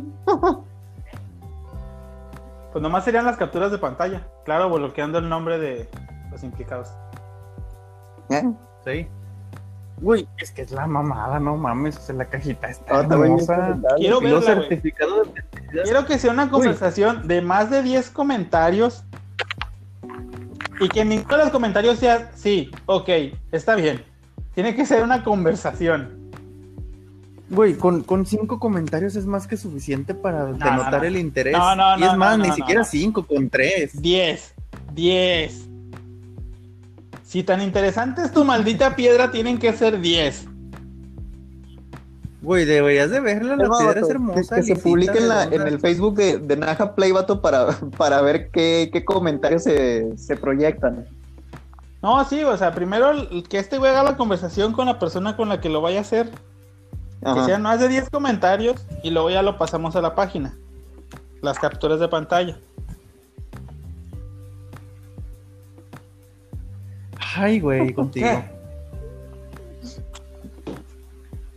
[SPEAKER 1] Pues nomás serían las capturas de pantalla. Claro, bloqueando el nombre de los implicados.
[SPEAKER 3] ¿Eh?
[SPEAKER 2] Sí. Güey, es que es la mamada, no mames. O sea, la cajita está
[SPEAKER 3] Ah, también es
[SPEAKER 2] hermosa.
[SPEAKER 3] presentable.
[SPEAKER 1] Quiero
[SPEAKER 2] Y los
[SPEAKER 1] verla, güey.
[SPEAKER 2] certificados de-
[SPEAKER 1] Quiero que sea una conversación de más de 10 comentarios y que ninguno de los comentarios sea, sí, ok, está bien. Tiene que ser una conversación.
[SPEAKER 2] Güey, con, con cinco comentarios es más que suficiente para denotar
[SPEAKER 1] no, no.
[SPEAKER 2] el interés.
[SPEAKER 1] No, no,
[SPEAKER 2] y es
[SPEAKER 1] no,
[SPEAKER 2] más,
[SPEAKER 1] no,
[SPEAKER 2] ni
[SPEAKER 1] no,
[SPEAKER 2] siquiera
[SPEAKER 1] no.
[SPEAKER 2] cinco, con tres.
[SPEAKER 1] 10, 10. Si tan interesante es tu maldita piedra, tienen que ser 10.
[SPEAKER 2] Güey, deberías de verla, la
[SPEAKER 3] No,
[SPEAKER 2] piedra
[SPEAKER 3] vato,
[SPEAKER 2] es hermosa.
[SPEAKER 3] que se
[SPEAKER 2] lisita,
[SPEAKER 3] publique en, la- en
[SPEAKER 2] redonda.
[SPEAKER 3] el Facebook de, de Naja Play, vato, para, para ver qué, qué comentarios se, se proyectan.
[SPEAKER 1] No, sí, o sea, primero el- que este güey haga la conversación con la persona con la que lo vaya a hacer. Que
[SPEAKER 3] Ajá.
[SPEAKER 1] sean más de 10 comentarios y luego ya lo pasamos a la página. Las capturas de pantalla.
[SPEAKER 2] Ay, güey, contigo.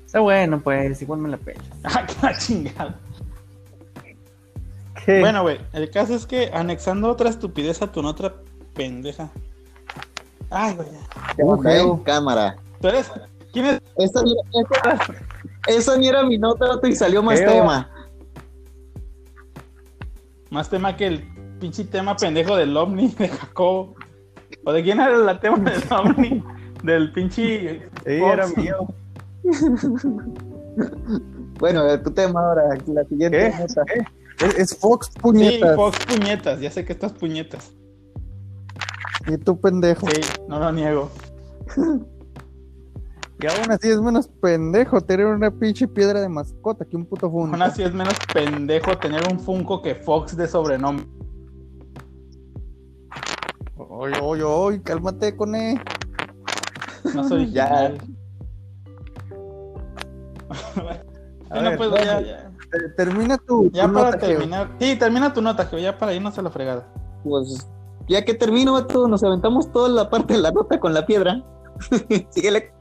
[SPEAKER 2] Está bueno, pues, igual me la pelas.
[SPEAKER 1] Ah, qué la chingada.
[SPEAKER 2] ¿Qué?
[SPEAKER 1] Bueno, güey, el caso es que anexando otra estupidez a tu otra pendeja. Ay, güey.
[SPEAKER 3] Ya
[SPEAKER 2] Uh,
[SPEAKER 3] mandé
[SPEAKER 2] Geo.
[SPEAKER 3] cámara.
[SPEAKER 1] Tú eres. ¿Quién es?
[SPEAKER 3] Esa ni, esa- esa ni era mi nota, vato, y salió más
[SPEAKER 2] Geo.
[SPEAKER 3] tema.
[SPEAKER 1] Más tema que el pinche tema pendejo del ovni de Jacobo. ¿O de quién era el tema del ovni? Del pinche.
[SPEAKER 2] sí,
[SPEAKER 1] Fox.
[SPEAKER 2] era mío.
[SPEAKER 3] Bueno, eh, tu tema ahora, la siguiente
[SPEAKER 2] ¿Qué?
[SPEAKER 3] nota.
[SPEAKER 2] ¿Qué? Es, es Fox
[SPEAKER 1] Sí,
[SPEAKER 2] puñetas.
[SPEAKER 1] Fox puñetas, ya sé que estas puñetas.
[SPEAKER 2] Y tú pendejo.
[SPEAKER 1] Sí, no lo niego.
[SPEAKER 2] Y aún así es menos pendejo tener una pinche piedra de mascota que un puto Funko.
[SPEAKER 1] Aún así es menos pendejo tener un Funko que Fox de sobrenombre.
[SPEAKER 2] Oy, oy, oy, cálmate, cone.
[SPEAKER 1] No soy
[SPEAKER 3] Ya.
[SPEAKER 1] original.
[SPEAKER 2] A
[SPEAKER 1] Bueno,
[SPEAKER 2] ver,
[SPEAKER 1] pues,
[SPEAKER 2] bueno,
[SPEAKER 1] ya, ya-
[SPEAKER 2] Te- Termina tu.
[SPEAKER 1] ya
[SPEAKER 2] tu
[SPEAKER 1] para
[SPEAKER 2] nota, Geo.
[SPEAKER 1] terminar. Sí, termina tu nota, Geo, ya para irnos a la fregada.
[SPEAKER 3] Pues ya que termino, vato, nos aventamos toda la parte de la nota con la piedra. Síguele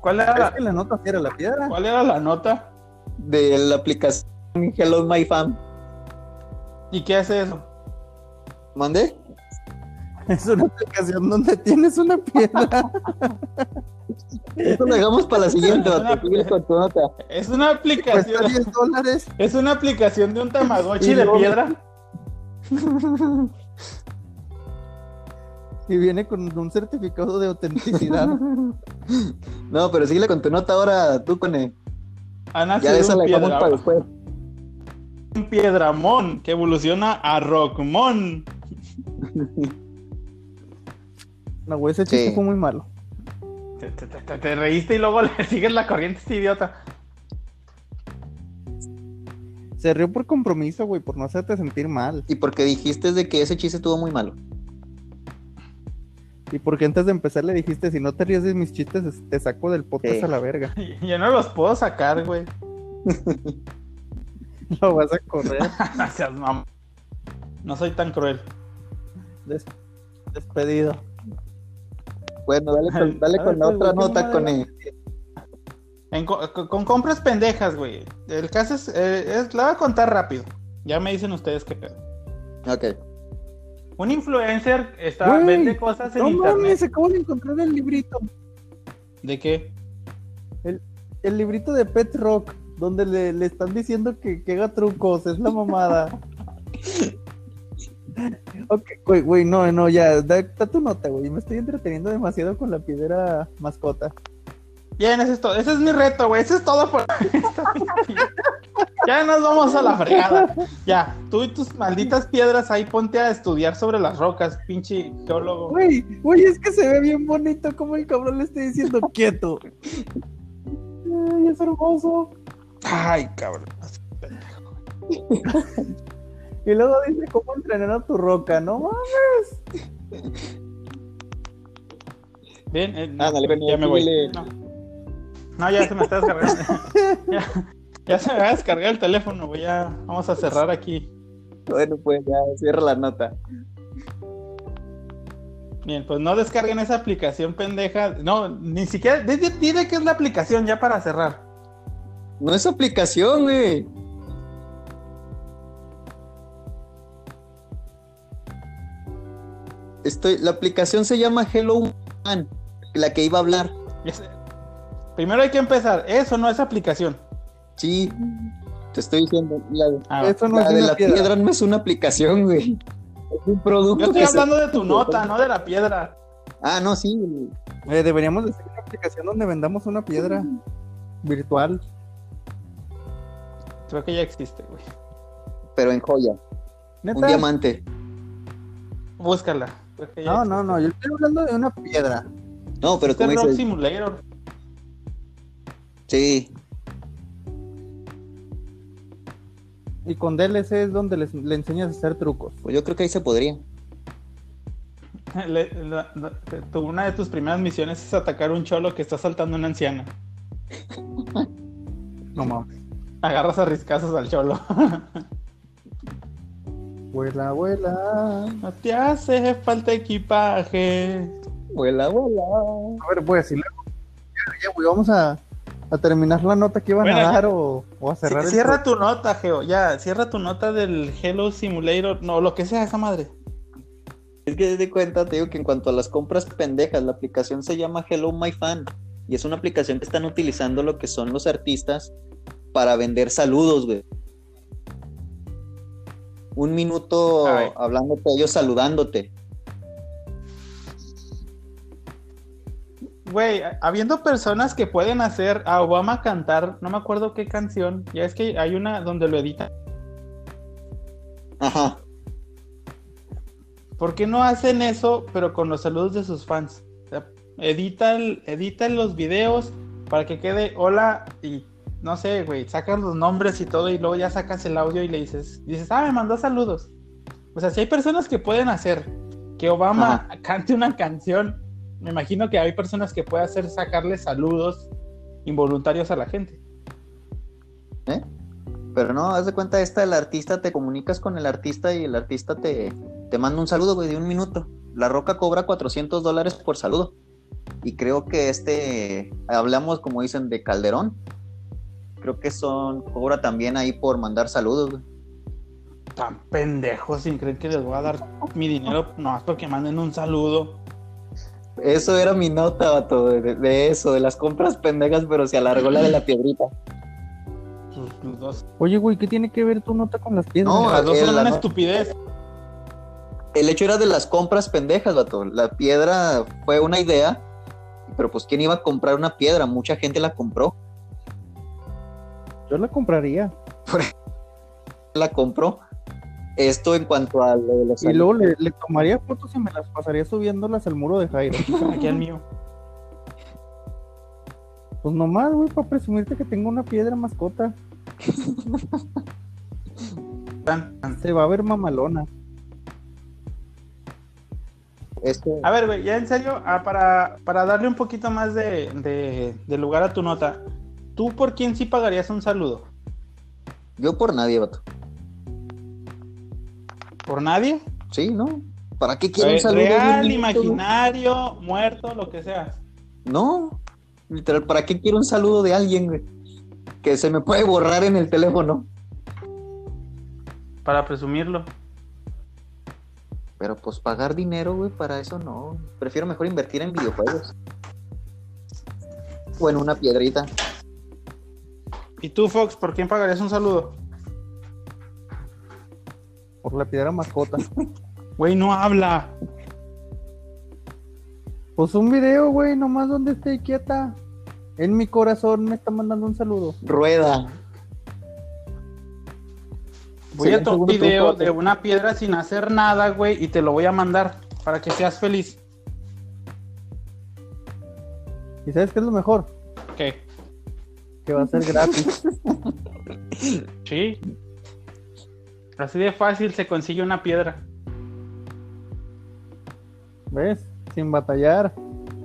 [SPEAKER 1] ¿Cuál era
[SPEAKER 2] Es
[SPEAKER 1] la,
[SPEAKER 2] que la nota sí era la piedra.
[SPEAKER 1] cuál era la nota?
[SPEAKER 3] de la aplicación Hello My Fam.
[SPEAKER 1] ¿Y qué hace eso?
[SPEAKER 3] ¿Mandé?
[SPEAKER 2] Es una aplicación donde tienes una piedra.
[SPEAKER 3] Eso lo dejamos para la siguiente, vato. Síguele con tu nota.
[SPEAKER 1] Es una
[SPEAKER 2] Cuesta
[SPEAKER 1] aplicación.
[SPEAKER 2] 10 dólares.
[SPEAKER 1] Es una aplicación de un
[SPEAKER 2] Y
[SPEAKER 1] Tamagotchi de
[SPEAKER 2] luego-
[SPEAKER 1] piedra.
[SPEAKER 2] Y viene con un certificado de autenticidad.
[SPEAKER 3] No, pero síguele con tu nota ahora, tú con el.
[SPEAKER 1] Ha
[SPEAKER 3] Ya de esa
[SPEAKER 1] nacido Ah, un,
[SPEAKER 3] la dejamos para
[SPEAKER 1] piedra,
[SPEAKER 3] después.
[SPEAKER 1] un piedramón que evoluciona a Rockmon.
[SPEAKER 2] No, güey, ese
[SPEAKER 3] Sí.
[SPEAKER 2] chiste fue muy malo.
[SPEAKER 1] Te, te- te- te- te reíste y luego le sigues la corriente, este idiota.
[SPEAKER 2] Se rió por compromiso, güey, por no hacerte sentir mal.
[SPEAKER 3] Y porque dijiste de que ese chiste estuvo muy malo.
[SPEAKER 2] Y porque antes de empezar le dijiste, si no te ríes de mis chistes, es- te saco del podcast
[SPEAKER 3] Sí.
[SPEAKER 2] a la verga.
[SPEAKER 1] Yo no los puedo sacar, güey.
[SPEAKER 2] Lo vas a correr.
[SPEAKER 1] No seas mam- No soy tan cruel.
[SPEAKER 2] Des- despedido.
[SPEAKER 3] Bueno, dale con, dale
[SPEAKER 2] A ver,
[SPEAKER 3] con la
[SPEAKER 2] pues,
[SPEAKER 3] otra
[SPEAKER 2] ¿de qué
[SPEAKER 3] nota,
[SPEAKER 2] madre?
[SPEAKER 3] con el.
[SPEAKER 1] En co- con, compras pendejas, güey. El caso es, eh, es- La voy a contar rápido. Ya me dicen ustedes qué pedo.
[SPEAKER 3] Ok.
[SPEAKER 1] Un influencer está,
[SPEAKER 2] Güey,
[SPEAKER 1] vende cosas en
[SPEAKER 2] No
[SPEAKER 1] internet.
[SPEAKER 2] mames, acabo de encontrar el librito.
[SPEAKER 1] ¿De qué?
[SPEAKER 2] El librito de Pet Rock, donde le, le están diciendo que, que haga trucos. Es la mamada. ok, güey, güey, no, no, ya. Da, da tu nota, güey. Me estoy entreteniendo demasiado con la piedra mascota.
[SPEAKER 1] Bien, ese es todo. Ese es mi reto, güey. Ese es todo por Ya nos vamos a la fregada. Ya, tú y tus malditas piedras ahí ponte a estudiar sobre las rocas, pinche geólogo.
[SPEAKER 2] Güey, güey, es que se ve bien bonito como el cabrón le está diciendo quieto. Ay, es hermoso.
[SPEAKER 1] Ay, cabrón.
[SPEAKER 2] Y luego dice cómo entrenar a tu roca, ¿no? mames?
[SPEAKER 1] Bien, eh, no,
[SPEAKER 3] Ándale, bueno,
[SPEAKER 1] ya me voy.
[SPEAKER 3] síguele.
[SPEAKER 1] No. No, ya se me está descargando. ya, ya se me va a descargar el teléfono, güey. Ya vamos a cerrar aquí.
[SPEAKER 3] Bueno, pues ya cierra la nota.
[SPEAKER 1] Bien, pues no descarguen esa aplicación pendeja. No, ni siquiera. Dile, dile que es la aplicación ya para cerrar.
[SPEAKER 3] No es aplicación, güey. Estoy, la aplicación se llama Hello Man, la que iba a hablar.
[SPEAKER 1] Es- Primero hay que empezar. Eso no es aplicación.
[SPEAKER 3] Sí, te estoy diciendo. La, la
[SPEAKER 1] Ah,
[SPEAKER 2] Eso no es
[SPEAKER 3] de
[SPEAKER 2] una
[SPEAKER 3] la piedra.
[SPEAKER 2] piedra.
[SPEAKER 3] no es una aplicación, güey. Es un producto.
[SPEAKER 1] Yo estoy
[SPEAKER 3] que se-
[SPEAKER 1] hablando de tu nota, no de la piedra.
[SPEAKER 3] Ah, no, sí.
[SPEAKER 2] Eh, deberíamos de hacer una aplicación donde vendamos una piedra virtual.
[SPEAKER 1] Creo que ya existe, güey.
[SPEAKER 3] Pero en joya. Un
[SPEAKER 2] ¿Neta?
[SPEAKER 3] diamante.
[SPEAKER 1] Búscala. Creo que ya
[SPEAKER 2] No, no, no, yo estoy hablando de una piedra.
[SPEAKER 3] No, pero
[SPEAKER 1] existe.
[SPEAKER 3] como
[SPEAKER 1] Este Rock
[SPEAKER 3] dices.
[SPEAKER 1] Simulator.
[SPEAKER 3] Sí.
[SPEAKER 2] Y con DLC es donde les- le enseñas a hacer trucos.
[SPEAKER 3] Pues yo creo que ahí se podría.
[SPEAKER 1] Le- la- la- tu- una de tus primeras misiones es atacar un cholo que está saltando una anciana.
[SPEAKER 2] No mames.
[SPEAKER 1] Agarras a riscazos al cholo.
[SPEAKER 2] Vuela, vuela.
[SPEAKER 1] No te hace falta equipaje.
[SPEAKER 3] Vuela, vuela.
[SPEAKER 2] A ver, pues, y luego. Ya, ya, güey, vamos a, a terminar la nota que iban
[SPEAKER 1] Bueno,
[SPEAKER 2] a dar o, o a cerrar. el
[SPEAKER 1] Cierra tu nota, Geo. Ya, cierra tu nota del Hello Simulator. No, lo que sea, esa madre.
[SPEAKER 3] Es que de cuenta, te digo que en cuanto a las compras pendejas, la aplicación se llama Hello My Fan y es una aplicación que están utilizando lo que son los artistas para vender saludos, güey. Un minuto
[SPEAKER 1] Ay.
[SPEAKER 3] hablándote, ellos saludándote.
[SPEAKER 1] Güey, habiendo personas que pueden hacer a Obama cantar, no me acuerdo qué canción, ya es que hay una donde lo editan
[SPEAKER 3] Ajá.
[SPEAKER 1] ¿Por qué no hacen eso, pero con los saludos de sus fans? O sea, editan, editan los videos para que quede hola y no sé, güey, sacan los nombres y todo y luego ya sacas el audio y le dices, dices, ah, me mandó saludos. O sea, si hay personas que pueden hacer que Obama
[SPEAKER 3] Ajá.
[SPEAKER 1] cante una canción, me imagino que hay personas que pueden hacer sacarle saludos involuntarios a la gente.
[SPEAKER 3] ¿eh? Pero no, haz de cuenta, esta el artista, te comunicas con el artista y el artista te, te manda un saludo, güey, de un minuto. La Roca cobra 400 dólares por saludo. Y creo que este, hablamos como dicen de Calderón. Creo que son, cobra también ahí por mandar saludos, güey.
[SPEAKER 1] Tan pendejos sin creer que les voy a dar mi dinero nomás porque manden un saludo.
[SPEAKER 3] Eso era mi nota, vato, de, de eso, de las compras pendejas, pero se alargó la de la piedrita.
[SPEAKER 1] Sus, sus Pues, dos.
[SPEAKER 2] Oye, güey, ¿qué tiene que ver tu nota con las piedras?
[SPEAKER 3] No,
[SPEAKER 1] Las dos
[SPEAKER 3] el-
[SPEAKER 1] son
[SPEAKER 3] la
[SPEAKER 1] una
[SPEAKER 3] no-
[SPEAKER 1] estupidez.
[SPEAKER 3] el hecho era de las compras pendejas, vato. La piedra fue una idea, pero pues ¿quién iba a comprar una piedra? Mucha gente la compró.
[SPEAKER 2] Yo la compraría.
[SPEAKER 3] La compró. Esto en cuanto a lo de los
[SPEAKER 2] Y luego le, le tomaría fotos y me las pasaría subiéndolas al muro de Jairo.
[SPEAKER 1] Aquí al mío.
[SPEAKER 2] Pues nomás, güey, para presumirte que tengo una piedra mascota.
[SPEAKER 1] Tan- tan-
[SPEAKER 2] Se va a ver mamalona.
[SPEAKER 3] esto-
[SPEAKER 1] A ver, güey, ya en serio, ah, para, para darle un poquito más de, de- de lugar a tu nota, ¿tú por quién sí pagarías un saludo?
[SPEAKER 3] Yo por nadie, vato.
[SPEAKER 1] ¿Por nadie?
[SPEAKER 3] Sí, ¿no? ¿Para qué quiero un
[SPEAKER 1] Eh,
[SPEAKER 3] saludo?
[SPEAKER 1] Real,
[SPEAKER 3] de un minuto, güey?
[SPEAKER 1] imaginario, muerto, lo que sea.
[SPEAKER 3] No, literal, ¿para qué quiero un saludo de alguien, güey? Que se me puede borrar en el teléfono.
[SPEAKER 1] Para presumirlo.
[SPEAKER 3] Pero pues pagar dinero, güey, para eso no. Prefiero mejor invertir en videojuegos. O en una piedrita.
[SPEAKER 1] ¿Y tú, Fox, por quién pagarías un saludo?
[SPEAKER 2] Por la piedra mascota.
[SPEAKER 1] Güey, no habla.
[SPEAKER 2] Pues un video, güey, nomás donde esté quieta. En mi corazón me está mandando un saludo.
[SPEAKER 3] Rueda.
[SPEAKER 1] Voy
[SPEAKER 3] Sí,
[SPEAKER 1] a tomar un
[SPEAKER 3] seguro tú,
[SPEAKER 1] video
[SPEAKER 3] Fox.
[SPEAKER 1] de una piedra sin hacer nada, güey, y te lo voy a mandar para que seas feliz.
[SPEAKER 2] ¿Y sabes qué es lo mejor?
[SPEAKER 1] ¿Qué?
[SPEAKER 2] Que va a ser gratis.
[SPEAKER 1] Sí. Así de fácil se consigue una piedra.
[SPEAKER 2] ¿Ves? Sin batallar.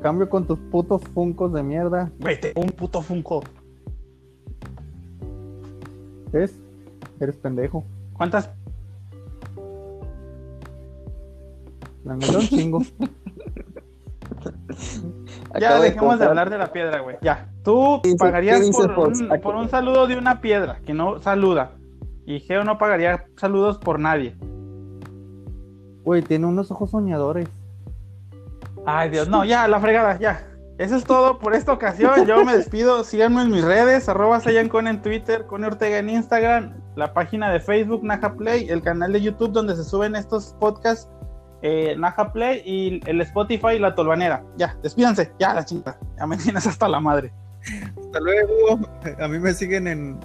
[SPEAKER 2] Cambio con tus putos funcos de mierda.
[SPEAKER 1] Güey, te un puto Funko.
[SPEAKER 2] ¿Ves? Eres pendejo.
[SPEAKER 1] ¿Cuántas?
[SPEAKER 2] La neta un chingo.
[SPEAKER 1] Ya
[SPEAKER 3] Acabo
[SPEAKER 1] dejemos de
[SPEAKER 3] comprar-
[SPEAKER 1] hablar de la piedra, güey. Ya. Tú pagarías
[SPEAKER 3] ¿Qué dice
[SPEAKER 1] por,
[SPEAKER 3] Fox?
[SPEAKER 1] un,
[SPEAKER 3] Aquí.
[SPEAKER 1] por un saludo de una piedra que no saluda. Y Geo no pagaría saludos por nadie.
[SPEAKER 2] Güey, tiene unos ojos soñadores.
[SPEAKER 1] Ay, Dios, no, ya, la fregada, ya. Eso es todo por esta ocasión. Yo me despido. Síganme en mis redes, arroba Sayancon en Twitter, Cone Ortega en Instagram, la página de Facebook, Naja Play, el canal de YouTube donde se suben estos podcasts, eh, Naja Play y el Spotify, La Tolvanera. Ya, despídanse, ya la chingada. Ya me tienes hasta la madre.
[SPEAKER 2] Hasta luego. A mí me siguen en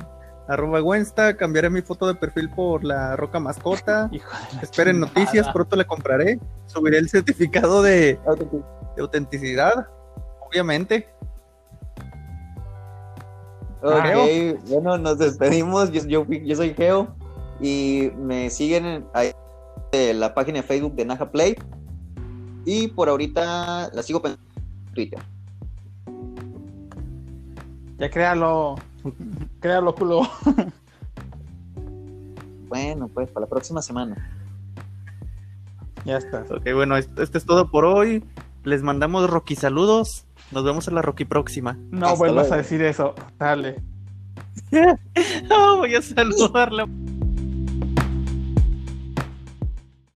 [SPEAKER 2] arroba Wensta. Cambiaré mi foto de perfil por la roca mascota.
[SPEAKER 1] Hijo de la
[SPEAKER 2] Esperen
[SPEAKER 1] chingada.
[SPEAKER 2] noticias, pronto la compraré. Subiré el certificado de,
[SPEAKER 3] Ok.
[SPEAKER 2] de autenticidad, obviamente. Geo.
[SPEAKER 3] bueno, nos despedimos. Yo, yo fui- yo soy Geo y me siguen en ahí, eh, la página de Facebook de Naja Play. Y por ahorita la sigo pensando en Twitter.
[SPEAKER 1] Ya créalo, créalo, culo.
[SPEAKER 3] Bueno, pues para la próxima semana.
[SPEAKER 1] Ya está.
[SPEAKER 2] Ok, bueno, esto, esto es todo por hoy. Les mandamos Rocky saludos. Nos vemos en la Rocky próxima.
[SPEAKER 1] No
[SPEAKER 3] Hasta
[SPEAKER 1] vuelvas
[SPEAKER 3] luego.
[SPEAKER 1] a decir eso. Dale.
[SPEAKER 2] Oh, No, voy a saludarla.